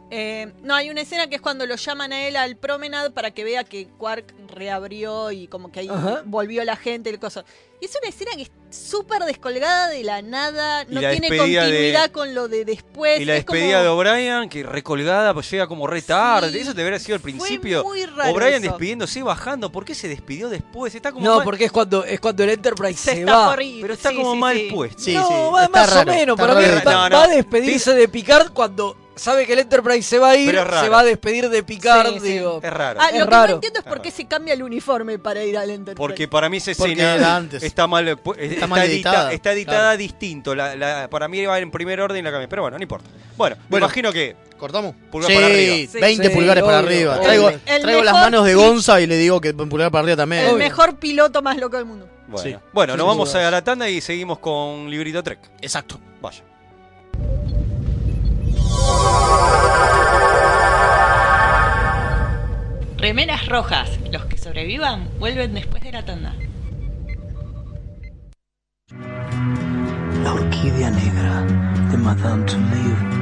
Speaker 12: Eh, no, hay una escena que es cuando lo llaman a él al promenade para que vea que Quark reabrió y como que ahí
Speaker 2: Ajá.
Speaker 12: volvió la gente y el coso. Y es una escena que es súper descolgada de la nada,
Speaker 1: Y
Speaker 12: no
Speaker 1: la
Speaker 12: tiene
Speaker 1: despedida de-
Speaker 12: continuidad con lo de después.
Speaker 1: Y la
Speaker 12: es como-
Speaker 1: despedida de O'Brien, que recolgada, pues llega como re tarde.
Speaker 12: Sí.
Speaker 1: eso debería haber sido al principio.
Speaker 12: muy raro
Speaker 1: O'Brien
Speaker 12: eso.
Speaker 1: despidiéndose, bajando. ¿Por qué se despidió después? Está como
Speaker 2: No,
Speaker 1: mal-
Speaker 2: porque es cuando es cuando el Enterprise se,
Speaker 12: está
Speaker 2: va.
Speaker 12: por ir.
Speaker 1: Pero está
Speaker 12: Sí,
Speaker 1: como
Speaker 12: sí,
Speaker 1: mal
Speaker 12: sí.
Speaker 1: puesto.
Speaker 3: Sí,
Speaker 2: no,
Speaker 3: sí,
Speaker 2: va
Speaker 3: está
Speaker 2: más
Speaker 3: raro,
Speaker 2: o menos.
Speaker 3: está
Speaker 2: Para mí
Speaker 3: raro.
Speaker 2: va,
Speaker 1: No, no.
Speaker 2: va a despedirse de Picard cuando sabe que el Enterprise se va a ir.
Speaker 1: Pero es raro.
Speaker 2: Se va a despedir de Picard,
Speaker 12: Sí, sí.
Speaker 2: digo.
Speaker 1: Es raro.
Speaker 12: Ah,
Speaker 2: Es
Speaker 12: lo que
Speaker 2: raro.
Speaker 12: no entiendo es por qué se cambia el uniforme para ir al Enterprise.
Speaker 1: Porque para mí esa
Speaker 3: Porque
Speaker 1: escena
Speaker 3: era antes.
Speaker 1: está mal, está,
Speaker 3: mal
Speaker 1: edita-
Speaker 3: editada,
Speaker 1: está editada
Speaker 3: claro.
Speaker 1: distinto. La- la- para mí va en primer orden y la cambié. Pero bueno, no importa. Bueno, me
Speaker 3: Bueno.
Speaker 1: imagino que
Speaker 3: ¿Cortamos?
Speaker 1: Pulgar para arriba.
Speaker 12: Sí.
Speaker 3: 20
Speaker 2: Sí,
Speaker 3: pulgares para
Speaker 2: obvio,
Speaker 3: arriba.
Speaker 2: obvio.
Speaker 3: Traigo,
Speaker 12: El- el
Speaker 3: traigo las
Speaker 12: mejor-
Speaker 3: manos de Gonza y le digo que pulgar para arriba también.
Speaker 12: el
Speaker 2: Obvio.
Speaker 12: mejor piloto más loco del mundo.
Speaker 1: Bueno,
Speaker 3: Sí.
Speaker 1: Bueno,
Speaker 3: Sin
Speaker 1: nos vamos
Speaker 3: dudas.
Speaker 1: a la tanda y seguimos con Librito Trek.
Speaker 3: Exacto.
Speaker 1: Vaya.
Speaker 14: Remeras rojas. Los que sobrevivan vuelven después de la tanda.
Speaker 15: La orquídea negra de Madame Toulouse.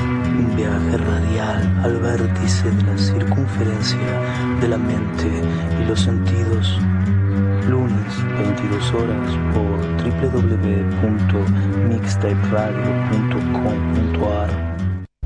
Speaker 15: Un viaje radial al vértice de la circunferencia de la mente y los sentidos. Lunes, 22 horas, por www.mixtaperadio.com.ar.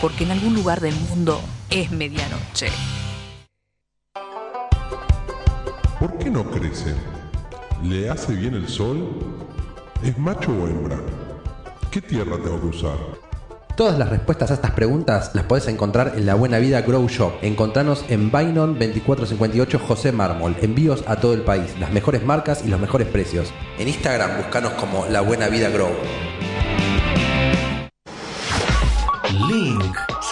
Speaker 16: Porque en algún lugar del mundo es medianoche.
Speaker 17: ¿Por qué no crece? ¿Le hace bien el sol? ¿Es macho o hembra? ¿Qué tierra tengo que usar?
Speaker 18: Todas las respuestas a estas preguntas las podés encontrar en La Buena Vida Grow Shop. Encontranos en Bainon 2458 José Mármol. Envíos a todo el país, las mejores marcas y los mejores precios. En Instagram buscanos como La Buena Vida Grow.
Speaker 19: Link.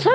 Speaker 20: soy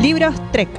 Speaker 4: Libros Trek.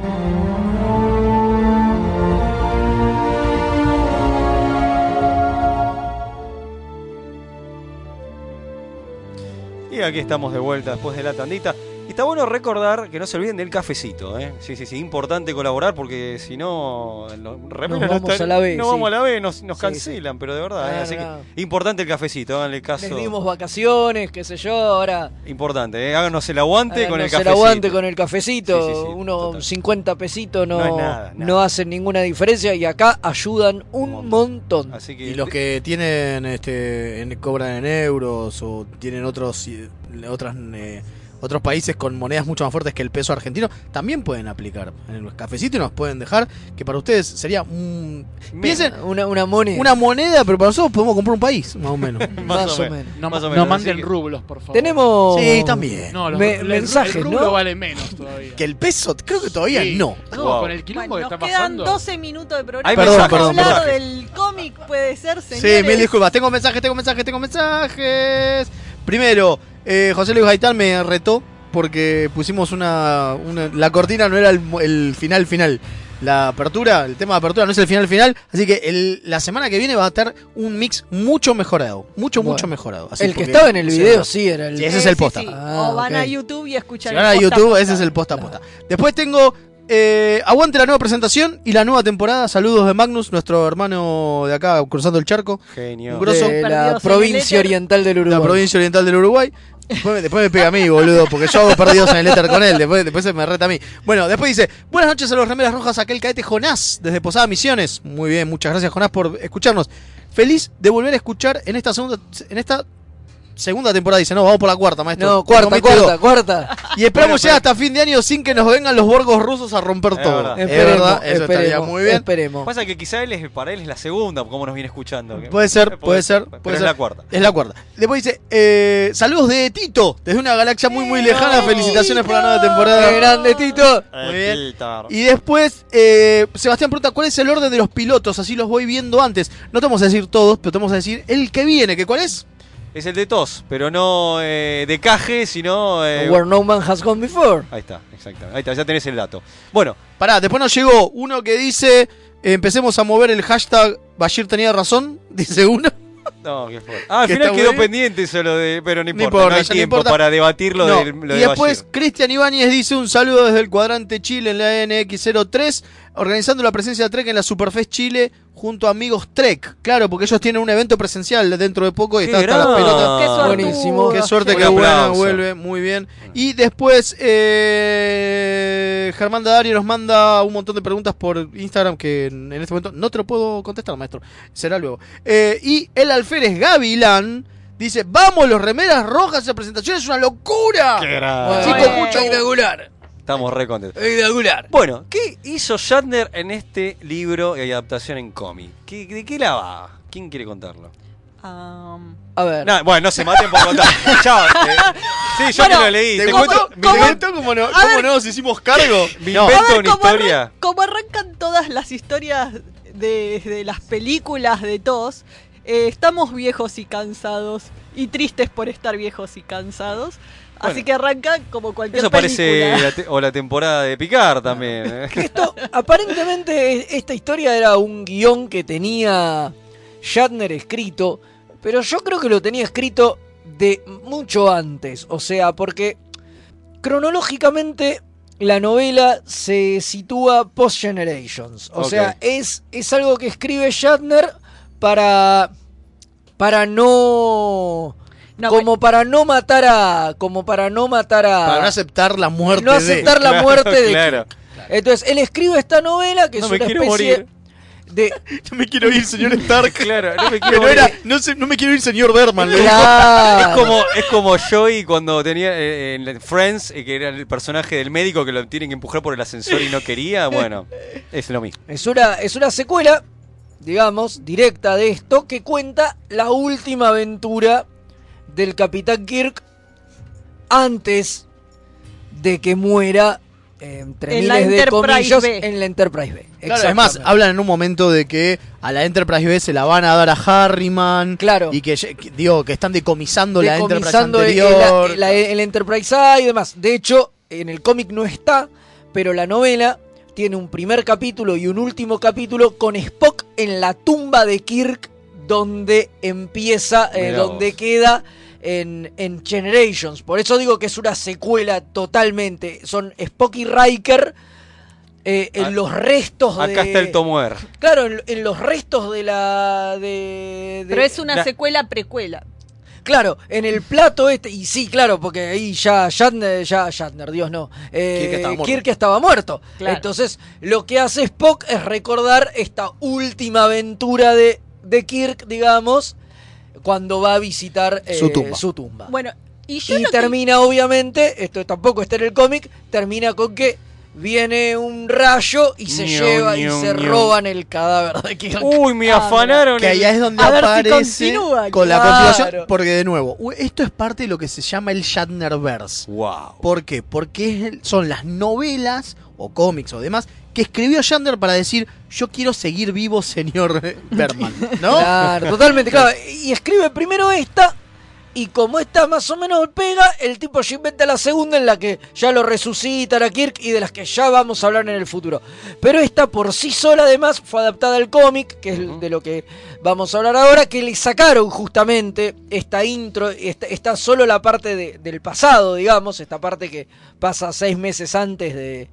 Speaker 1: Y aquí estamos de vuelta después de la tandita. Y está bueno recordar que no se olviden del cafecito, ¿eh? Sí, sí, sí, importante colaborar porque si no, los remeras no
Speaker 2: vamos
Speaker 1: están-
Speaker 2: a la B,
Speaker 1: no
Speaker 2: sí.
Speaker 1: vamos a la B, nos, nos
Speaker 2: Sí,
Speaker 1: cancelan, pero de verdad, ¿eh?
Speaker 2: Claro,
Speaker 1: Así
Speaker 2: claro.
Speaker 1: que importante el cafecito, háganle caso.
Speaker 2: Les dimos vacaciones, qué sé yo, ahora.
Speaker 1: Importante, ¿eh? háganos el aguante con el
Speaker 2: háganos
Speaker 1: cafecito.
Speaker 2: aguante con el cafecito.
Speaker 1: Sí, sí, sí,
Speaker 2: unos 50 pesitos no,
Speaker 1: No es nada,
Speaker 2: no hacen ninguna diferencia y acá ayudan un montón.
Speaker 1: Así
Speaker 3: Y los que tienen este en- cobran en euros o tienen otros eh, otras eh, otros países con monedas mucho más fuertes que el peso argentino también pueden aplicar en los cafecitos y nos pueden dejar que para ustedes sería un piensen
Speaker 2: una, una moneda
Speaker 3: una moneda pero para nosotros podemos comprar un país más o menos
Speaker 2: Más Más o o menos.
Speaker 5: No,
Speaker 1: Más o
Speaker 5: no
Speaker 1: menos,
Speaker 5: manden
Speaker 1: así que-
Speaker 5: rublos, por favor.
Speaker 2: Tenemos
Speaker 3: Sí, también.
Speaker 5: No, los,
Speaker 3: Me-
Speaker 5: el- el
Speaker 3: mensajes,
Speaker 5: rublo
Speaker 3: ¿no?
Speaker 5: vale menos todavía.
Speaker 3: que el peso creo que todavía
Speaker 5: Sí.
Speaker 3: no
Speaker 5: No,
Speaker 3: Wow.
Speaker 5: con el quilombo
Speaker 12: Bueno,
Speaker 5: que
Speaker 12: nos
Speaker 5: está
Speaker 12: quedan
Speaker 5: pasando.
Speaker 12: 12 minutos de programa.
Speaker 3: Hay Perdón,
Speaker 12: Vamos a
Speaker 3: perdón,
Speaker 12: hablar
Speaker 3: mensajes.
Speaker 12: del cómic, puede ser, señores.
Speaker 3: Sí, mil disculpas. Tengo mensajes, tengo mensajes, tengo mensajes. Primero, eh, José Luis Gaitán me retó porque pusimos una. una- la cortina no era el, mo- el final final. La apertura, el tema de apertura no es el final final. Así que el- la semana que viene va a estar un mix mucho mejorado. Mucho,
Speaker 2: Bueno.
Speaker 3: mucho mejorado. Así
Speaker 2: el que
Speaker 3: porque-
Speaker 2: estaba en el video sí era el. Ah,
Speaker 3: Sí, ese es el posta. Ah,
Speaker 12: o van a YouTube y escuchan.
Speaker 3: Si van a
Speaker 12: el podcast.
Speaker 3: YouTube, ese es el posta a posta. Después tengo. eh, aguante la nueva presentación y la nueva temporada. Saludos de Magnus, nuestro hermano de acá cruzando el charco.
Speaker 1: Genio.
Speaker 3: Un grosso.
Speaker 2: De la provincia oriental del Uruguay.
Speaker 3: La provincia oriental del Uruguay. Después, me- después me pega a mí, boludo, porque yo hago perdidos en el éter con él. Después, después se me reta a mí. Bueno, después dice: Buenas noches a los remeras rojas, aquel caete Jonás, desde Posada Misiones. Muy bien, muchas gracias, Jonás, por escucharnos. Feliz de volver a escuchar en esta segunda. En esta segunda temporada. Dice: No, vamos por la cuarta, maestro.
Speaker 2: No, cuarta,
Speaker 3: Comiste
Speaker 2: cuarta,
Speaker 3: dos.
Speaker 2: cuarta.
Speaker 3: Y esperamos ya hasta fin de año sin que nos vengan los borgos rusos a romper
Speaker 1: Es
Speaker 3: todo.
Speaker 1: verdad.
Speaker 3: Es
Speaker 2: Esperemos,
Speaker 3: verdad, eso estaría
Speaker 2: esperemos,
Speaker 3: muy bien.
Speaker 2: Esperemos.
Speaker 1: Pasa que quizá él es, para él es la segunda, como nos viene escuchando. que-
Speaker 3: Puede ser, puede ser.
Speaker 1: Pero
Speaker 3: puede
Speaker 1: es
Speaker 3: ser.
Speaker 1: la cuarta.
Speaker 3: Es la cuarta. Después dice, eh, saludos de Tito, desde una galaxia muy muy lejana. Felicitaciones por la nueva temporada.
Speaker 2: ¡Qué grande, Tito!
Speaker 3: Muy bien. Y después, eh, Sebastián pregunta, ¿cuál es el orden de los pilotos? Así los voy viendo antes. No te vamos a decir todos, pero te vamos a decir el que viene, que cuál es.
Speaker 1: Es el de tos, pero no eh, de caje, sino. eh,
Speaker 2: Where no man has gone before.
Speaker 1: Ahí está, exactamente. Ahí está, ya tenés el dato. Bueno,
Speaker 3: Pará, después nos llegó uno que dice, empecemos a mover el hashtag Bashir tenía razón, dice uno.
Speaker 1: no, qué fuerte. Ah, al
Speaker 3: Que
Speaker 1: final
Speaker 3: está
Speaker 1: quedó
Speaker 3: muy bien.
Speaker 1: pendiente eso lo de. Pero no importa, no,
Speaker 3: importa,
Speaker 1: hay
Speaker 3: ya no
Speaker 1: tiempo
Speaker 3: importa.
Speaker 1: para debatir lo
Speaker 3: No,
Speaker 1: de, lo
Speaker 3: y
Speaker 1: de
Speaker 3: después
Speaker 1: Bashir.
Speaker 3: Cristian Ibáñez dice un saludo desde el cuadrante Chile en la NX03, organizando la presencia de Trek en la Superfest Chile junto a amigos Trek. Claro, porque ellos tienen un evento presencial dentro de poco y
Speaker 1: ¡Qué
Speaker 3: está hasta las
Speaker 1: gran!
Speaker 3: pelotas.
Speaker 1: ¡Qué suertudo!
Speaker 3: Buenísimo. Qué suerte
Speaker 1: Un
Speaker 3: que bueno,
Speaker 1: aplauso.
Speaker 3: vuelve, muy bien. Y después eh, Germán Dadario nos manda un montón de preguntas por Instagram que en en este momento no te lo puedo contestar, maestro. Será luego. Eh, y el alférez Gavilán dice, vamos los remeras rojas, esa presentación es una locura.
Speaker 1: Qué grande.
Speaker 3: Chicos, mucho
Speaker 2: regular.
Speaker 1: Estamos re contentos.
Speaker 2: Espectacular.
Speaker 1: Bueno, ¿qué hizo Shatner en este libro y adaptación en cómic? ¿Qué- ¿De qué la va? ¿Quién quiere contarlo?
Speaker 12: Um,
Speaker 2: A ver.
Speaker 1: Nah, bueno, no se maten por contar. Chao. eh, sí, yo
Speaker 12: Bueno,
Speaker 1: te lo leí.
Speaker 3: ¿Te
Speaker 1: Te
Speaker 3: cuento-
Speaker 1: cuento-
Speaker 3: ¿Me cuento cómo, no- cómo nos hicimos cargo?
Speaker 1: me
Speaker 3: No.
Speaker 1: invento
Speaker 12: A ver,
Speaker 1: una
Speaker 12: ¿cómo arran-
Speaker 1: historia.
Speaker 12: como arrancan todas las historias de, de las películas de todos, eh, estamos viejos y cansados y tristes por estar viejos y cansados. Así
Speaker 1: Bueno.
Speaker 12: que arranca como cualquier
Speaker 1: Eso
Speaker 12: película.
Speaker 1: parece la te- o la temporada de Picard también. eh.
Speaker 2: Aparentemente e- esta historia era un guión que tenía Shatner escrito, pero yo creo que lo tenía escrito de mucho antes, o sea, porque cronológicamente la novela se sitúa post generations, o
Speaker 1: Ok.
Speaker 2: sea, es, es algo que escribe Shatner para para no,
Speaker 12: No,
Speaker 2: como para no matar a como para no matar a
Speaker 3: Para no aceptar la muerte
Speaker 2: no aceptar
Speaker 3: de...
Speaker 2: la
Speaker 1: Claro,
Speaker 2: muerte de
Speaker 1: claro.
Speaker 2: Kirk. Entonces, él escribe esta novela que
Speaker 1: No
Speaker 2: es
Speaker 1: me
Speaker 2: una
Speaker 1: quiero
Speaker 2: especie
Speaker 1: morir.
Speaker 2: de
Speaker 3: No me quiero ir, señor Stark.
Speaker 1: Claro, no me
Speaker 3: Que
Speaker 1: quiero
Speaker 3: no,
Speaker 1: morir.
Speaker 3: era, no, se- no me quiero ir, señor Berman. le dijo.
Speaker 12: Ah,
Speaker 1: Es
Speaker 2: Claro.
Speaker 1: como, es como Joey cuando tenía eh, en Friends, eh, que era el personaje del médico que lo tienen que empujar por el ascensor y no quería. Bueno, es lo mismo.
Speaker 2: Es una, es una secuela, digamos, directa de esto que cuenta la última aventura del Capitán Kirk antes de que muera entre
Speaker 12: En la
Speaker 2: miles de
Speaker 12: Enterprise
Speaker 2: comillas
Speaker 12: B.
Speaker 2: en la Enterprise B.
Speaker 3: Claro, es más,
Speaker 2: Exactamente.
Speaker 3: hablan en un momento de que a la Enterprise B se la van a dar a Harriman.
Speaker 2: Claro.
Speaker 3: Y que, ye- que- digo, que están decomisando,
Speaker 2: decomisando
Speaker 3: la
Speaker 2: el-
Speaker 3: Enterprise anterior.
Speaker 2: el- la- el Enterprise A y demás. De hecho, en el cómic no está, pero la novela tiene un primer capítulo y un último capítulo con Spock en la tumba de Kirk, donde empieza, eh,
Speaker 1: Mirá
Speaker 2: donde
Speaker 1: vos.
Speaker 2: queda en, en Generations. Por eso digo que es una secuela totalmente. Son Spock y Riker eh, en
Speaker 1: A-
Speaker 2: los restos de.
Speaker 1: Ah, Acá está el Tomuer.
Speaker 2: Claro, en, en los restos de la. De, de-
Speaker 12: Pero es una
Speaker 2: La-
Speaker 12: secuela precuela.
Speaker 2: Claro, en el plato este, y sí, claro, porque ahí ya Shatner, ya Shatner, Dios no, eh,
Speaker 3: Kirk estaba muerto.
Speaker 2: Kirk estaba muerto.
Speaker 12: Claro.
Speaker 2: Entonces, lo que hace Spock es recordar esta última aventura de, de Kirk, digamos, cuando va a visitar eh,
Speaker 3: Su tumba.
Speaker 2: tumba.
Speaker 12: Bueno, y yo
Speaker 2: Y
Speaker 12: lo que-
Speaker 2: termina, obviamente, esto tampoco está en el cómic, termina con que viene un rayo y se
Speaker 1: Ñu,
Speaker 2: lleva y
Speaker 1: ñu,
Speaker 2: se
Speaker 1: ñu.
Speaker 2: roban el cadáver de Kirk.
Speaker 12: Uh,
Speaker 1: Uy, me
Speaker 2: Ah,
Speaker 1: afanaron.
Speaker 3: Que
Speaker 1: el-
Speaker 3: allá es donde
Speaker 2: A ver si
Speaker 3: aparece
Speaker 2: continúa,
Speaker 3: con la
Speaker 2: claro.
Speaker 3: continuación. Porque de nuevo, u- esto es parte de lo que se llama el Shatnerverse.
Speaker 1: Wow.
Speaker 3: ¿Por qué? Porque es- son las novelas o cómics o demás que escribió Shatner para decir yo quiero seguir vivo, señor Berman. ¿No?
Speaker 2: Claro, totalmente, claro. Y escribe primero esta, y como esta más o menos pega, el tipo ya inventa la segunda en la que ya lo resucitan a Kirk y de las que ya vamos a hablar en el futuro. Pero esta por sí sola, además, fue adaptada al cómic, que es de lo que vamos a hablar ahora, que le sacaron justamente esta intro, esta, está solo la parte de- del pasado, digamos, esta parte que pasa seis meses antes de.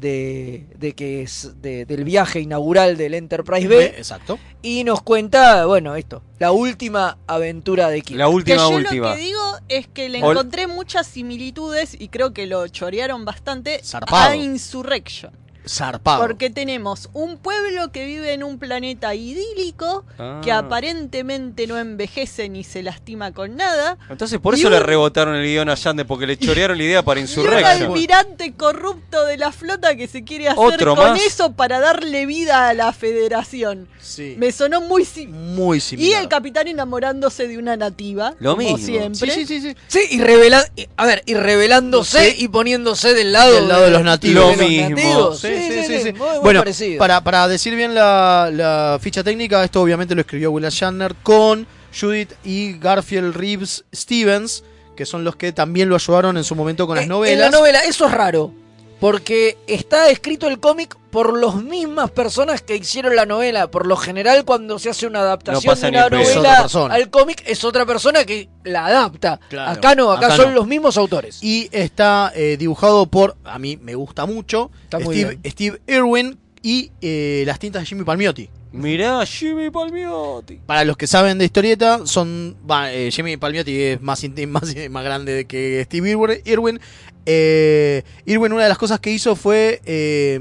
Speaker 2: de- de que es de- del viaje inaugural del Enterprise B
Speaker 3: Exacto.
Speaker 2: y nos cuenta, bueno, esto, la última aventura de Kirk.
Speaker 1: La
Speaker 12: que
Speaker 1: última,
Speaker 12: yo
Speaker 1: última.
Speaker 12: lo que digo es que le
Speaker 1: Ol-
Speaker 12: encontré muchas similitudes y creo que lo chorearon bastante
Speaker 3: Zarpado.
Speaker 12: a Insurrection.
Speaker 3: Zarpado.
Speaker 12: Porque tenemos un pueblo que vive en un planeta idílico, que
Speaker 1: Ah.
Speaker 12: aparentemente no envejece ni se lastima con nada,
Speaker 1: Entonces por
Speaker 12: Y
Speaker 1: eso
Speaker 12: un-
Speaker 1: le rebotaron el guión a Yande, porque le chorearon la idea para
Speaker 12: y un
Speaker 1: Insurrection.
Speaker 12: almirante corrupto de la flota que se quiere hacer
Speaker 1: Otro
Speaker 12: con
Speaker 1: más.
Speaker 12: eso para darle vida a la federación.
Speaker 3: Sí.
Speaker 12: Me sonó muy sim-
Speaker 3: Muy
Speaker 12: Y
Speaker 3: similar.
Speaker 12: el capitán enamorándose de una nativa,
Speaker 1: Lo
Speaker 12: como
Speaker 1: mismo.
Speaker 12: siempre.
Speaker 3: Sí, sí, sí, sí.
Speaker 2: Sí, y revela y- a ver, y revelándose y poniéndose del lado,
Speaker 3: Del lado de los nativos.
Speaker 1: Lo
Speaker 2: de los
Speaker 1: mismo.
Speaker 2: nativos.
Speaker 3: Sí, sí, sí, sí.
Speaker 2: Muy, muy
Speaker 3: bueno,
Speaker 2: parecido.
Speaker 3: para, para decir bien la, la ficha técnica, esto obviamente lo escribió Willa Shatner con Judith y Garfield Reeves Stevens, que son los que también lo ayudaron en su momento con las
Speaker 2: Eh,
Speaker 3: novelas.
Speaker 2: En la novela, eso es raro. Porque está escrito el cómic por las mismas personas que hicieron la novela. Por lo general, cuando se hace una adaptación
Speaker 1: pasa
Speaker 2: de
Speaker 1: ni
Speaker 2: una
Speaker 1: pedo. Es
Speaker 3: otra
Speaker 2: novela
Speaker 3: persona.
Speaker 2: al cómic, es otra persona que la adapta.
Speaker 3: Claro.
Speaker 2: Acá no, acá,
Speaker 3: Acá
Speaker 2: son
Speaker 3: no.
Speaker 2: los mismos autores.
Speaker 3: Y está eh, dibujado por, a mí me gusta mucho,
Speaker 2: Está muy
Speaker 3: Steve,
Speaker 2: bien.
Speaker 3: Steve Irwin y eh, las tintas de Jimmy Palmiotti.
Speaker 1: Mirá, Jimmy Palmiotti.
Speaker 3: Para los que saben de historieta, son va, eh, Jimmy Palmiotti es más, inte- más, eh, más grande que Steve Irwin. Irwin, Eh, Irwin, una de las cosas que hizo fue eh,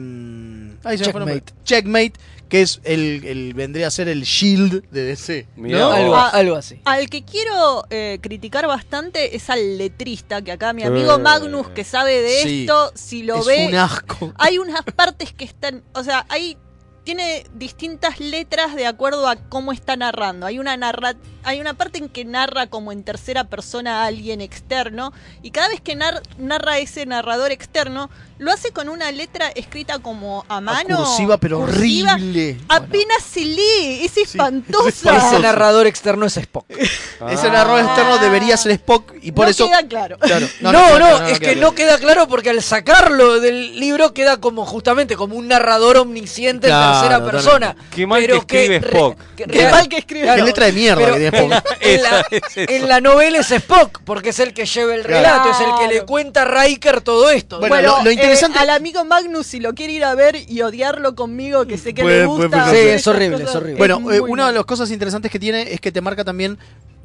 Speaker 3: ay, se me fue el nombre. Checkmate, que es el, el- vendría a ser el Shield de DC.
Speaker 1: Mirá
Speaker 3: ¿no?
Speaker 1: vos.
Speaker 2: Algo,
Speaker 12: Ah.
Speaker 2: algo así.
Speaker 12: Al que quiero eh, criticar bastante es al letrista, que acá mi
Speaker 1: Eh.
Speaker 12: amigo Magnus, que sabe de
Speaker 3: Sí.
Speaker 12: esto, si lo
Speaker 3: es
Speaker 12: ve,
Speaker 3: un asco.
Speaker 12: hay unas partes que están, o sea, hay tiene distintas letras de acuerdo a cómo está narrando. Hay una narra, hay una parte en que narra como en tercera persona a alguien externo y cada vez que nar- narra ese narrador externo lo hace con una letra escrita como a mano,
Speaker 3: cursiva, pero
Speaker 12: cursiva.
Speaker 3: horrible.
Speaker 12: Apenas se lee, es espantosa.
Speaker 2: Ese narrador externo es Spock.
Speaker 3: Ese narrador externo debería ser Spock y por
Speaker 12: no
Speaker 3: eso.
Speaker 12: queda claro.
Speaker 3: Claro,
Speaker 2: No,
Speaker 3: queda
Speaker 2: no,
Speaker 3: claro,
Speaker 2: es
Speaker 3: queda
Speaker 2: que
Speaker 3: claro.
Speaker 2: no queda claro porque al sacarlo del libro queda como justamente como un narrador omnisciente
Speaker 3: Claro,
Speaker 2: en tercera persona.
Speaker 1: Qué mal que escribe
Speaker 2: re-
Speaker 1: Spock.
Speaker 2: que
Speaker 3: Qué
Speaker 2: real-
Speaker 3: mal
Speaker 12: que escribe
Speaker 2: claro,
Speaker 3: Qué letra de mierda
Speaker 2: pero
Speaker 3: que tiene
Speaker 2: en,
Speaker 3: Spock.
Speaker 2: la, en la-
Speaker 1: Esa es eso.
Speaker 2: en la novela es Spock, porque es el que lleva el
Speaker 3: Claro.
Speaker 2: relato, es el que le cuenta a Riker todo esto.
Speaker 3: Bueno, lo- lo
Speaker 12: eh,
Speaker 3: interesante-
Speaker 12: al amigo Magnus, si lo quiere ir a ver y odiarlo conmigo, que sé que
Speaker 3: Puede-
Speaker 12: le
Speaker 3: puede
Speaker 12: gusta.
Speaker 3: pasar.
Speaker 2: Sí,
Speaker 12: hacer
Speaker 2: es
Speaker 12: esas
Speaker 2: horrible,
Speaker 12: cosas,
Speaker 2: es horrible.
Speaker 3: Bueno,
Speaker 12: muy
Speaker 3: eh, una
Speaker 12: mal.
Speaker 3: de las cosas interesantes que tiene es que te marca también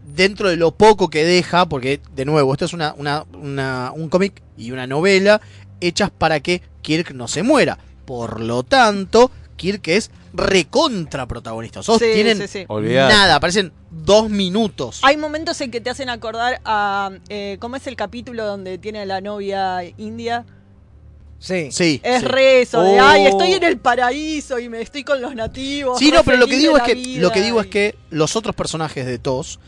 Speaker 3: dentro de lo poco que deja, porque de nuevo, esto es una, una- una- un cómic y una novela hechas para que Kirk no se muera. Por lo tanto, Kirk es recontra protagonista. Sos
Speaker 12: Sí,
Speaker 3: tienen
Speaker 12: sí, sí.
Speaker 1: Olvidate.
Speaker 3: nada, aparecen dos minutos.
Speaker 12: Hay momentos en que te hacen acordar a. eh, ¿Cómo es el capítulo donde tiene a la novia india?
Speaker 2: sí.
Speaker 3: Sí.
Speaker 12: Es
Speaker 3: sí.
Speaker 12: re eso, de
Speaker 1: Oh.
Speaker 12: ay, estoy en el paraíso y me estoy con los nativos.
Speaker 3: Sí,
Speaker 12: re
Speaker 3: no, pero lo que
Speaker 12: feliz
Speaker 3: digo
Speaker 12: de
Speaker 3: es
Speaker 12: la
Speaker 3: que
Speaker 12: vida
Speaker 3: lo que digo es
Speaker 12: y-
Speaker 3: que los otros personajes de TOS,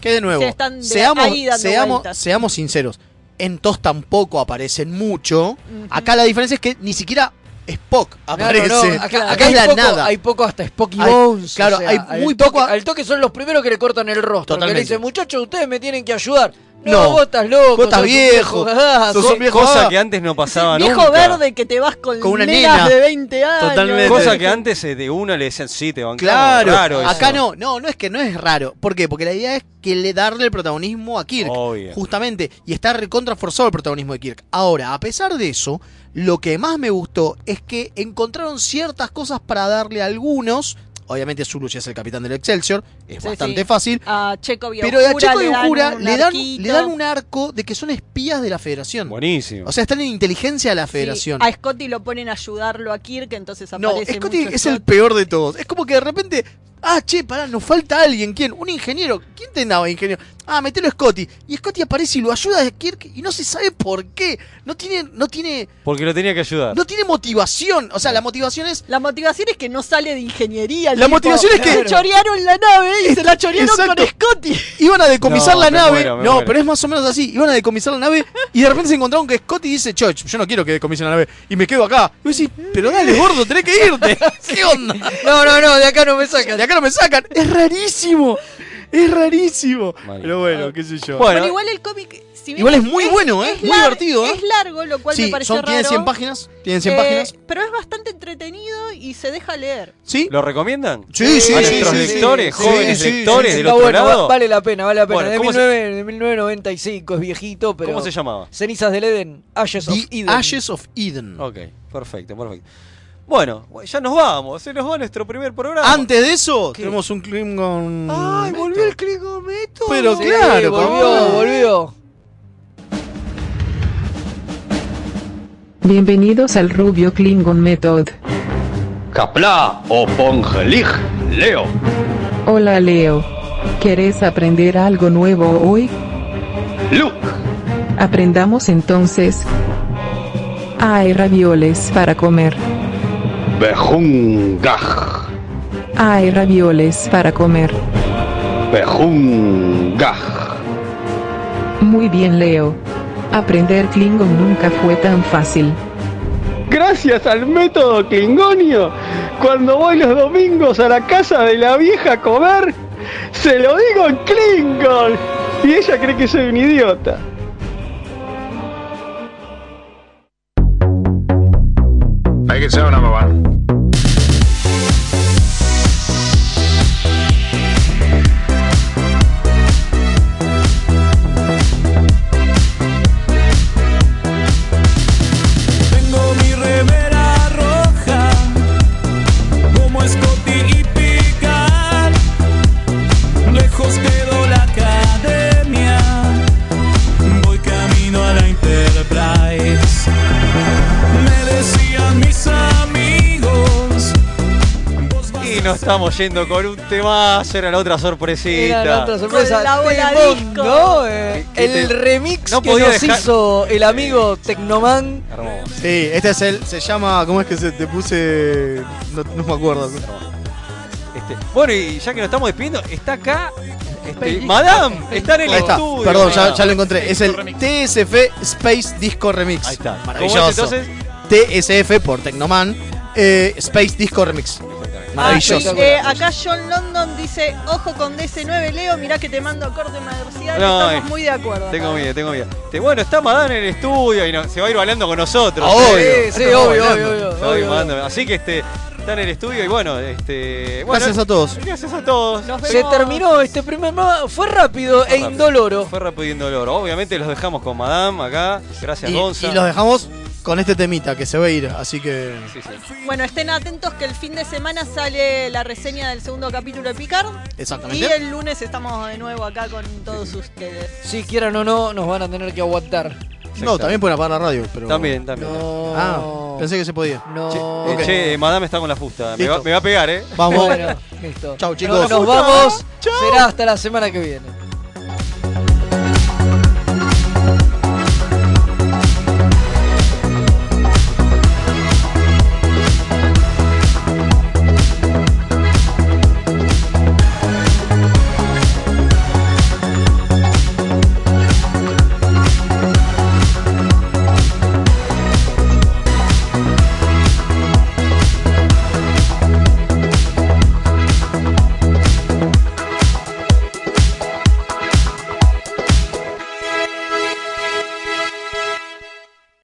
Speaker 3: que de nuevo,
Speaker 12: Se están de
Speaker 3: seamos,
Speaker 12: ahí dando
Speaker 3: seamos,
Speaker 12: vueltas.
Speaker 3: seamos sinceros, en TOS tampoco aparecen mucho. Acá la diferencia es que ni siquiera Spock aparece.
Speaker 2: No, no, no, acá, acá
Speaker 3: Acá es
Speaker 2: hay
Speaker 3: la
Speaker 2: poco,
Speaker 3: nada.
Speaker 2: Hay poco hasta Spock y
Speaker 3: Hay-
Speaker 2: Bones.
Speaker 3: claro, hay
Speaker 2: al
Speaker 3: muy
Speaker 2: toque-
Speaker 3: poco-
Speaker 2: Al toque son los primeros que le cortan el rostro. Que le
Speaker 3: Totalmente.
Speaker 2: dicen, muchachos, ustedes me tienen que ayudar. No, vos estás loco.
Speaker 3: Vos estás
Speaker 2: sos un Ah,
Speaker 3: viejo.
Speaker 2: cagazo.
Speaker 3: Sos un viejo
Speaker 1: Cosa
Speaker 3: vaga.
Speaker 1: que antes no pasaba
Speaker 12: Viejo
Speaker 1: nunca.
Speaker 12: verde que te vas con,
Speaker 3: Con una
Speaker 12: nenas
Speaker 3: nena.
Speaker 12: de 20 años.
Speaker 3: Totalmente.
Speaker 1: Cosa que antes eh, de una le decían, sí, te bancamos.
Speaker 3: Claro,
Speaker 1: Raro eso.
Speaker 3: acá no, no, no es que no es raro. ¿Por qué? Porque la idea es que le darle el protagonismo a Kirk,
Speaker 1: Obvio.
Speaker 3: justamente, y está recontraforzado el protagonismo de Kirk. Ahora, a pesar de eso, lo que más me gustó es que encontraron ciertas cosas para darle a algunos. Obviamente Zulu ya es el capitán del Excelsior, es
Speaker 12: Sí,
Speaker 3: bastante
Speaker 12: sí.
Speaker 3: fácil.
Speaker 12: A Checo y
Speaker 3: Pero a
Speaker 12: Aujura
Speaker 3: Checo y
Speaker 12: le dan
Speaker 3: Ujura
Speaker 12: un
Speaker 3: le dan,
Speaker 12: arquito.
Speaker 3: le dan un arco de que son espías de la Federación.
Speaker 1: Buenísimo.
Speaker 3: O sea, están en inteligencia de la
Speaker 12: Sí,
Speaker 3: Federación.
Speaker 12: a Scotty lo ponen a ayudarlo a Kirk, entonces
Speaker 3: No,
Speaker 12: aparece
Speaker 3: Scotty
Speaker 12: mucho
Speaker 3: es el
Speaker 12: Scott.
Speaker 3: peor de todos. Es como que de repente, ah, che, pará, nos falta alguien. ¿Quién? Un ingeniero. ¿Quién te andaba, ingeniero? Ah, metelo a Scotty. Y Scotty aparece y lo ayuda a Kirk y no se sabe por qué. No tiene, no tiene,
Speaker 1: Porque lo tenía que ayudar.
Speaker 3: no tiene motivación. O sea, la motivación es.
Speaker 12: La motivación es que no sale de ingeniería. el
Speaker 3: La
Speaker 12: tipo.
Speaker 3: motivación es que-
Speaker 12: Se chorearon la nave y se la chorearon
Speaker 3: Exacto.
Speaker 12: con Scotty.
Speaker 3: Iban a decomisar
Speaker 1: No,
Speaker 3: la
Speaker 1: me
Speaker 3: nave.
Speaker 1: muero, me
Speaker 3: no,
Speaker 1: muero.
Speaker 3: pero es más o menos así. Iban a decomisar la nave y de repente se encontraron que Scotty dice, Choch, yo no quiero que decomisen la nave. Y me quedo acá. Y vos decís, pero dale, gordo, tenés que irte. ¿Qué onda?
Speaker 2: No, no, no, de acá no me sacan.
Speaker 3: De acá no me sacan. Es rarísimo. Es rarísimo. Pero bueno, qué sé yo.
Speaker 12: Bueno, igual el cómic. si bien
Speaker 3: Igual es muy bueno, ¿eh? Muy
Speaker 12: lar-
Speaker 3: divertido, ¿eh?
Speaker 12: Es largo, lo cual
Speaker 3: Sí,
Speaker 12: me pareció
Speaker 3: son, tiene
Speaker 12: raro.
Speaker 3: 100 páginas. Tiene 100
Speaker 12: Eh,
Speaker 3: páginas.
Speaker 12: Pero es bastante entretenido y se deja leer.
Speaker 3: ¿Sí?
Speaker 1: ¿Lo recomiendan?
Speaker 3: Sí, sí,
Speaker 1: A
Speaker 3: sí,
Speaker 1: nuestros
Speaker 3: sí,
Speaker 1: lectores,
Speaker 3: sí.
Speaker 1: jóvenes
Speaker 3: Sí, sí,
Speaker 1: lectores
Speaker 3: sí,
Speaker 1: del
Speaker 2: Está
Speaker 1: otro
Speaker 2: bueno, va-
Speaker 1: lado.
Speaker 2: vale la pena, vale la pena.
Speaker 1: Bueno,
Speaker 2: de,
Speaker 1: ¿cómo se-
Speaker 2: 19, de 1995, es viejito, pero.
Speaker 1: ¿Cómo se llamaba?
Speaker 2: Cenizas del Edén, Ashes of
Speaker 3: The
Speaker 2: Eden.
Speaker 3: Ashes of Eden.
Speaker 1: Ok, perfecto, perfecto. Bueno, ya nos vamos, se nos va nuestro primer programa.
Speaker 3: Antes de eso, tenemos un Klingon.
Speaker 2: ¡Ay, volvió el Klingometo!
Speaker 3: Pero
Speaker 2: Sí,
Speaker 3: claro,
Speaker 2: volvió,
Speaker 3: papá.
Speaker 2: volvió.
Speaker 21: Bienvenidos al Rubio Klingon Method.
Speaker 5: Kapla o Pongelig, Leo.
Speaker 21: Hola Leo. ¿Querés aprender algo nuevo hoy?
Speaker 5: Luke,
Speaker 21: Aprendamos entonces. Hay ravioles para comer.
Speaker 5: Bejungaj,
Speaker 21: Hay ravioles para comer.
Speaker 5: Bejungaj.
Speaker 21: Muy bien Leo. Aprender Klingon nunca fue tan fácil.
Speaker 5: Gracias al método Klingonio, cuando voy los domingos a la casa de la vieja a comer, se lo digo en Klingon. Y ella cree que soy un idiota.
Speaker 6: Make it so, number one.
Speaker 7: Tengo mi remera roja, como Scotty y Picard. Lejos quedó la academia, voy camino a la Enterprise. Me decían mis amigos,
Speaker 1: Y nos estamos yendo con un tema, era la otra sorpresita.
Speaker 2: Era la otra sorpresa.
Speaker 12: Con la bola
Speaker 2: Temón,
Speaker 12: disco.
Speaker 2: ¿no? Eh,
Speaker 1: Que
Speaker 2: el
Speaker 1: te-
Speaker 2: remix
Speaker 1: no
Speaker 2: que
Speaker 1: podía
Speaker 2: nos
Speaker 1: dejar-
Speaker 2: hizo el amigo Tecnoman.
Speaker 3: Sí, este es el. Se llama. ¿Cómo es que se te puse.? No, no me acuerdo.
Speaker 1: Este, bueno, y ya que nos estamos despidiendo, está acá este, Madame, está en el
Speaker 3: Ahí está.
Speaker 1: estudio.
Speaker 3: Perdón, ya,
Speaker 1: Madame.
Speaker 3: ya lo encontré. Es el TSF Space Disco Remix. Ahí está. Maravilloso.
Speaker 1: ¿Cómo es
Speaker 3: TSF por Tecnoman. eh, Space Disco Remix. Maravilloso.
Speaker 12: Ah, y, eh, acá John London dice: Ojo con DC9, Leo, mirá que te mando a corte marcial.
Speaker 1: No,
Speaker 12: Estamos
Speaker 1: eh,
Speaker 12: muy de acuerdo.
Speaker 1: Tengo miedo, tengo miedo. Este, bueno, está Madame en el estudio y no- se va a ir bailando con nosotros.
Speaker 3: Ah, obvio.
Speaker 1: Eh,
Speaker 3: Sí, sí, obvio,
Speaker 1: bailando.
Speaker 3: obvio, obvio,
Speaker 1: Se va a ir
Speaker 3: obvio.
Speaker 1: mandando. Así que este, está en el estudio y bueno, este. bueno,
Speaker 3: Gracias a todos.
Speaker 1: Gracias a todos.
Speaker 2: Se terminó este primer programa. Fue rápido e
Speaker 1: rápido.
Speaker 2: indoloro.
Speaker 1: Fue rápido y indoloro. Obviamente los dejamos con Madame acá. Gracias,
Speaker 3: Y,
Speaker 1: Gonza.
Speaker 3: y los dejamos con este temita que se va a ir, así que.
Speaker 12: Bueno, estén atentos que el fin de semana sale la reseña del segundo capítulo de Picard. Y
Speaker 3: Exactamente.
Speaker 12: el lunes estamos de nuevo acá con todos ustedes.
Speaker 2: Si quieran o no, nos van a tener que aguantar.
Speaker 3: No, también pueden apagar la radio, pero.
Speaker 1: También, también.
Speaker 3: Ah, pensé que se podía.
Speaker 2: No.
Speaker 1: Eh, che, eh, Madame está con la fusta. Me
Speaker 3: Listo.
Speaker 1: va, me va a pegar, eh.
Speaker 3: Vamos.
Speaker 2: Bueno, listo.
Speaker 3: Chau,
Speaker 2: Nos,
Speaker 3: chicos.
Speaker 2: nos vamos. Será hasta la semana que viene.